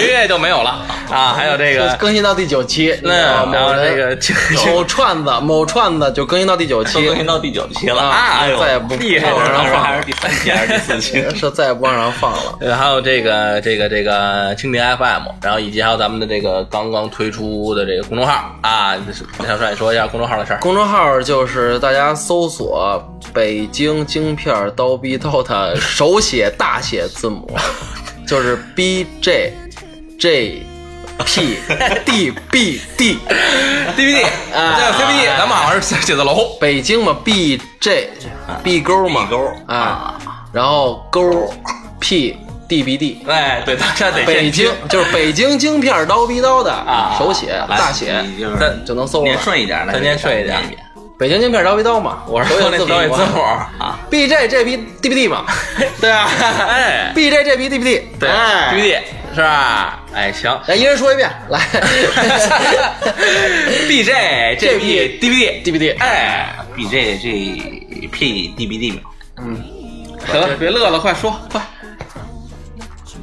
[SPEAKER 1] 音乐就没有了啊，还有这
[SPEAKER 2] 是
[SPEAKER 1] 个，
[SPEAKER 2] 更新到第九期，你知
[SPEAKER 1] 那
[SPEAKER 2] 道吗
[SPEAKER 1] 然后
[SPEAKER 2] 某人
[SPEAKER 1] 这个就
[SPEAKER 2] 某串子某串子就更新到第九
[SPEAKER 3] 都更
[SPEAKER 2] 期，
[SPEAKER 3] 新到第九期了，
[SPEAKER 2] 啊
[SPEAKER 3] 哎呦，
[SPEAKER 2] 再也不
[SPEAKER 1] 厉害
[SPEAKER 3] 我
[SPEAKER 1] 了
[SPEAKER 3] 当时
[SPEAKER 2] 放
[SPEAKER 3] 还是第三期还是第四期？
[SPEAKER 2] 是再也不往上放了。
[SPEAKER 1] 然后这个这个这个蜻蜓 FM，然后以及还有咱们的这个刚刚推出的这个公众号啊，就是小帅说一下公众号的事儿。
[SPEAKER 2] 公众号就是大家搜索“北京京片儿刀逼刀”的手写大写字 母，就是 B J J P D B D，啊
[SPEAKER 1] DVD，这个 DVD，咱们好像是写字楼。
[SPEAKER 2] 北京嘛 B J B 勾嘛
[SPEAKER 3] 地沟
[SPEAKER 2] 啊，然后勾 P D B D。
[SPEAKER 1] 哎，对，大家得
[SPEAKER 2] 北京就是北京京片儿刀逼刀的
[SPEAKER 1] 啊
[SPEAKER 2] 手写
[SPEAKER 3] 来
[SPEAKER 2] 大写
[SPEAKER 3] 你就是
[SPEAKER 1] 咱
[SPEAKER 2] 就能搜了
[SPEAKER 3] 念。顺一点，来
[SPEAKER 1] 咱念顺一点
[SPEAKER 3] 念
[SPEAKER 2] 北京京片儿刀逼刀嘛，
[SPEAKER 1] 我
[SPEAKER 2] 我
[SPEAKER 1] 是说那
[SPEAKER 2] 字
[SPEAKER 1] 字
[SPEAKER 2] 母
[SPEAKER 1] 母字母，
[SPEAKER 2] B J J P D B D 嘛
[SPEAKER 1] 对啊， 哎。
[SPEAKER 2] ，B J J P D B D，
[SPEAKER 1] 对，
[SPEAKER 2] 哎
[SPEAKER 1] 兄弟是吧？哎， 行
[SPEAKER 2] 来一人说一遍， 来
[SPEAKER 1] ，B J J B D B D，
[SPEAKER 2] D B D，
[SPEAKER 1] 哎，
[SPEAKER 3] B J G P D B D 秒，
[SPEAKER 1] 得了，别乐了，快说，快，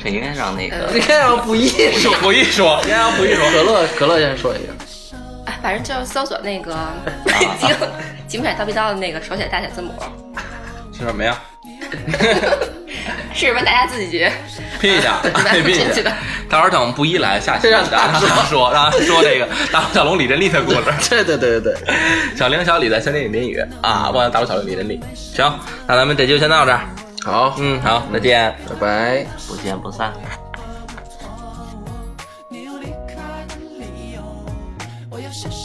[SPEAKER 3] 这应该让那
[SPEAKER 4] 呃
[SPEAKER 3] 个
[SPEAKER 2] 你看啊让溥仪说，
[SPEAKER 1] 溥仪说，先让溥仪说，
[SPEAKER 2] 可乐可乐先说一遍，
[SPEAKER 4] 哎，反正就是搜索那个北京警匪刀逼刀的那个手写大写字母，
[SPEAKER 1] 是什么呀？
[SPEAKER 4] 是不是大家自己
[SPEAKER 1] 拼一 下，拼一
[SPEAKER 4] 进去
[SPEAKER 1] 下
[SPEAKER 4] 的。
[SPEAKER 1] 到时候等溥仪来，下期
[SPEAKER 2] 这让
[SPEAKER 1] 大
[SPEAKER 2] 大
[SPEAKER 1] 家说，让他说这个大龙小龙李振利的故事。
[SPEAKER 2] 对对对对对，
[SPEAKER 1] 小玲、小李在森林里淋雨啊，忘了大龙小龙李振利。行，那咱们这期就先到这儿。
[SPEAKER 2] 好，
[SPEAKER 1] 嗯，好，再见。
[SPEAKER 2] 拜拜。
[SPEAKER 3] 不见不散。
[SPEAKER 5] 你要离开的理由，我要消失。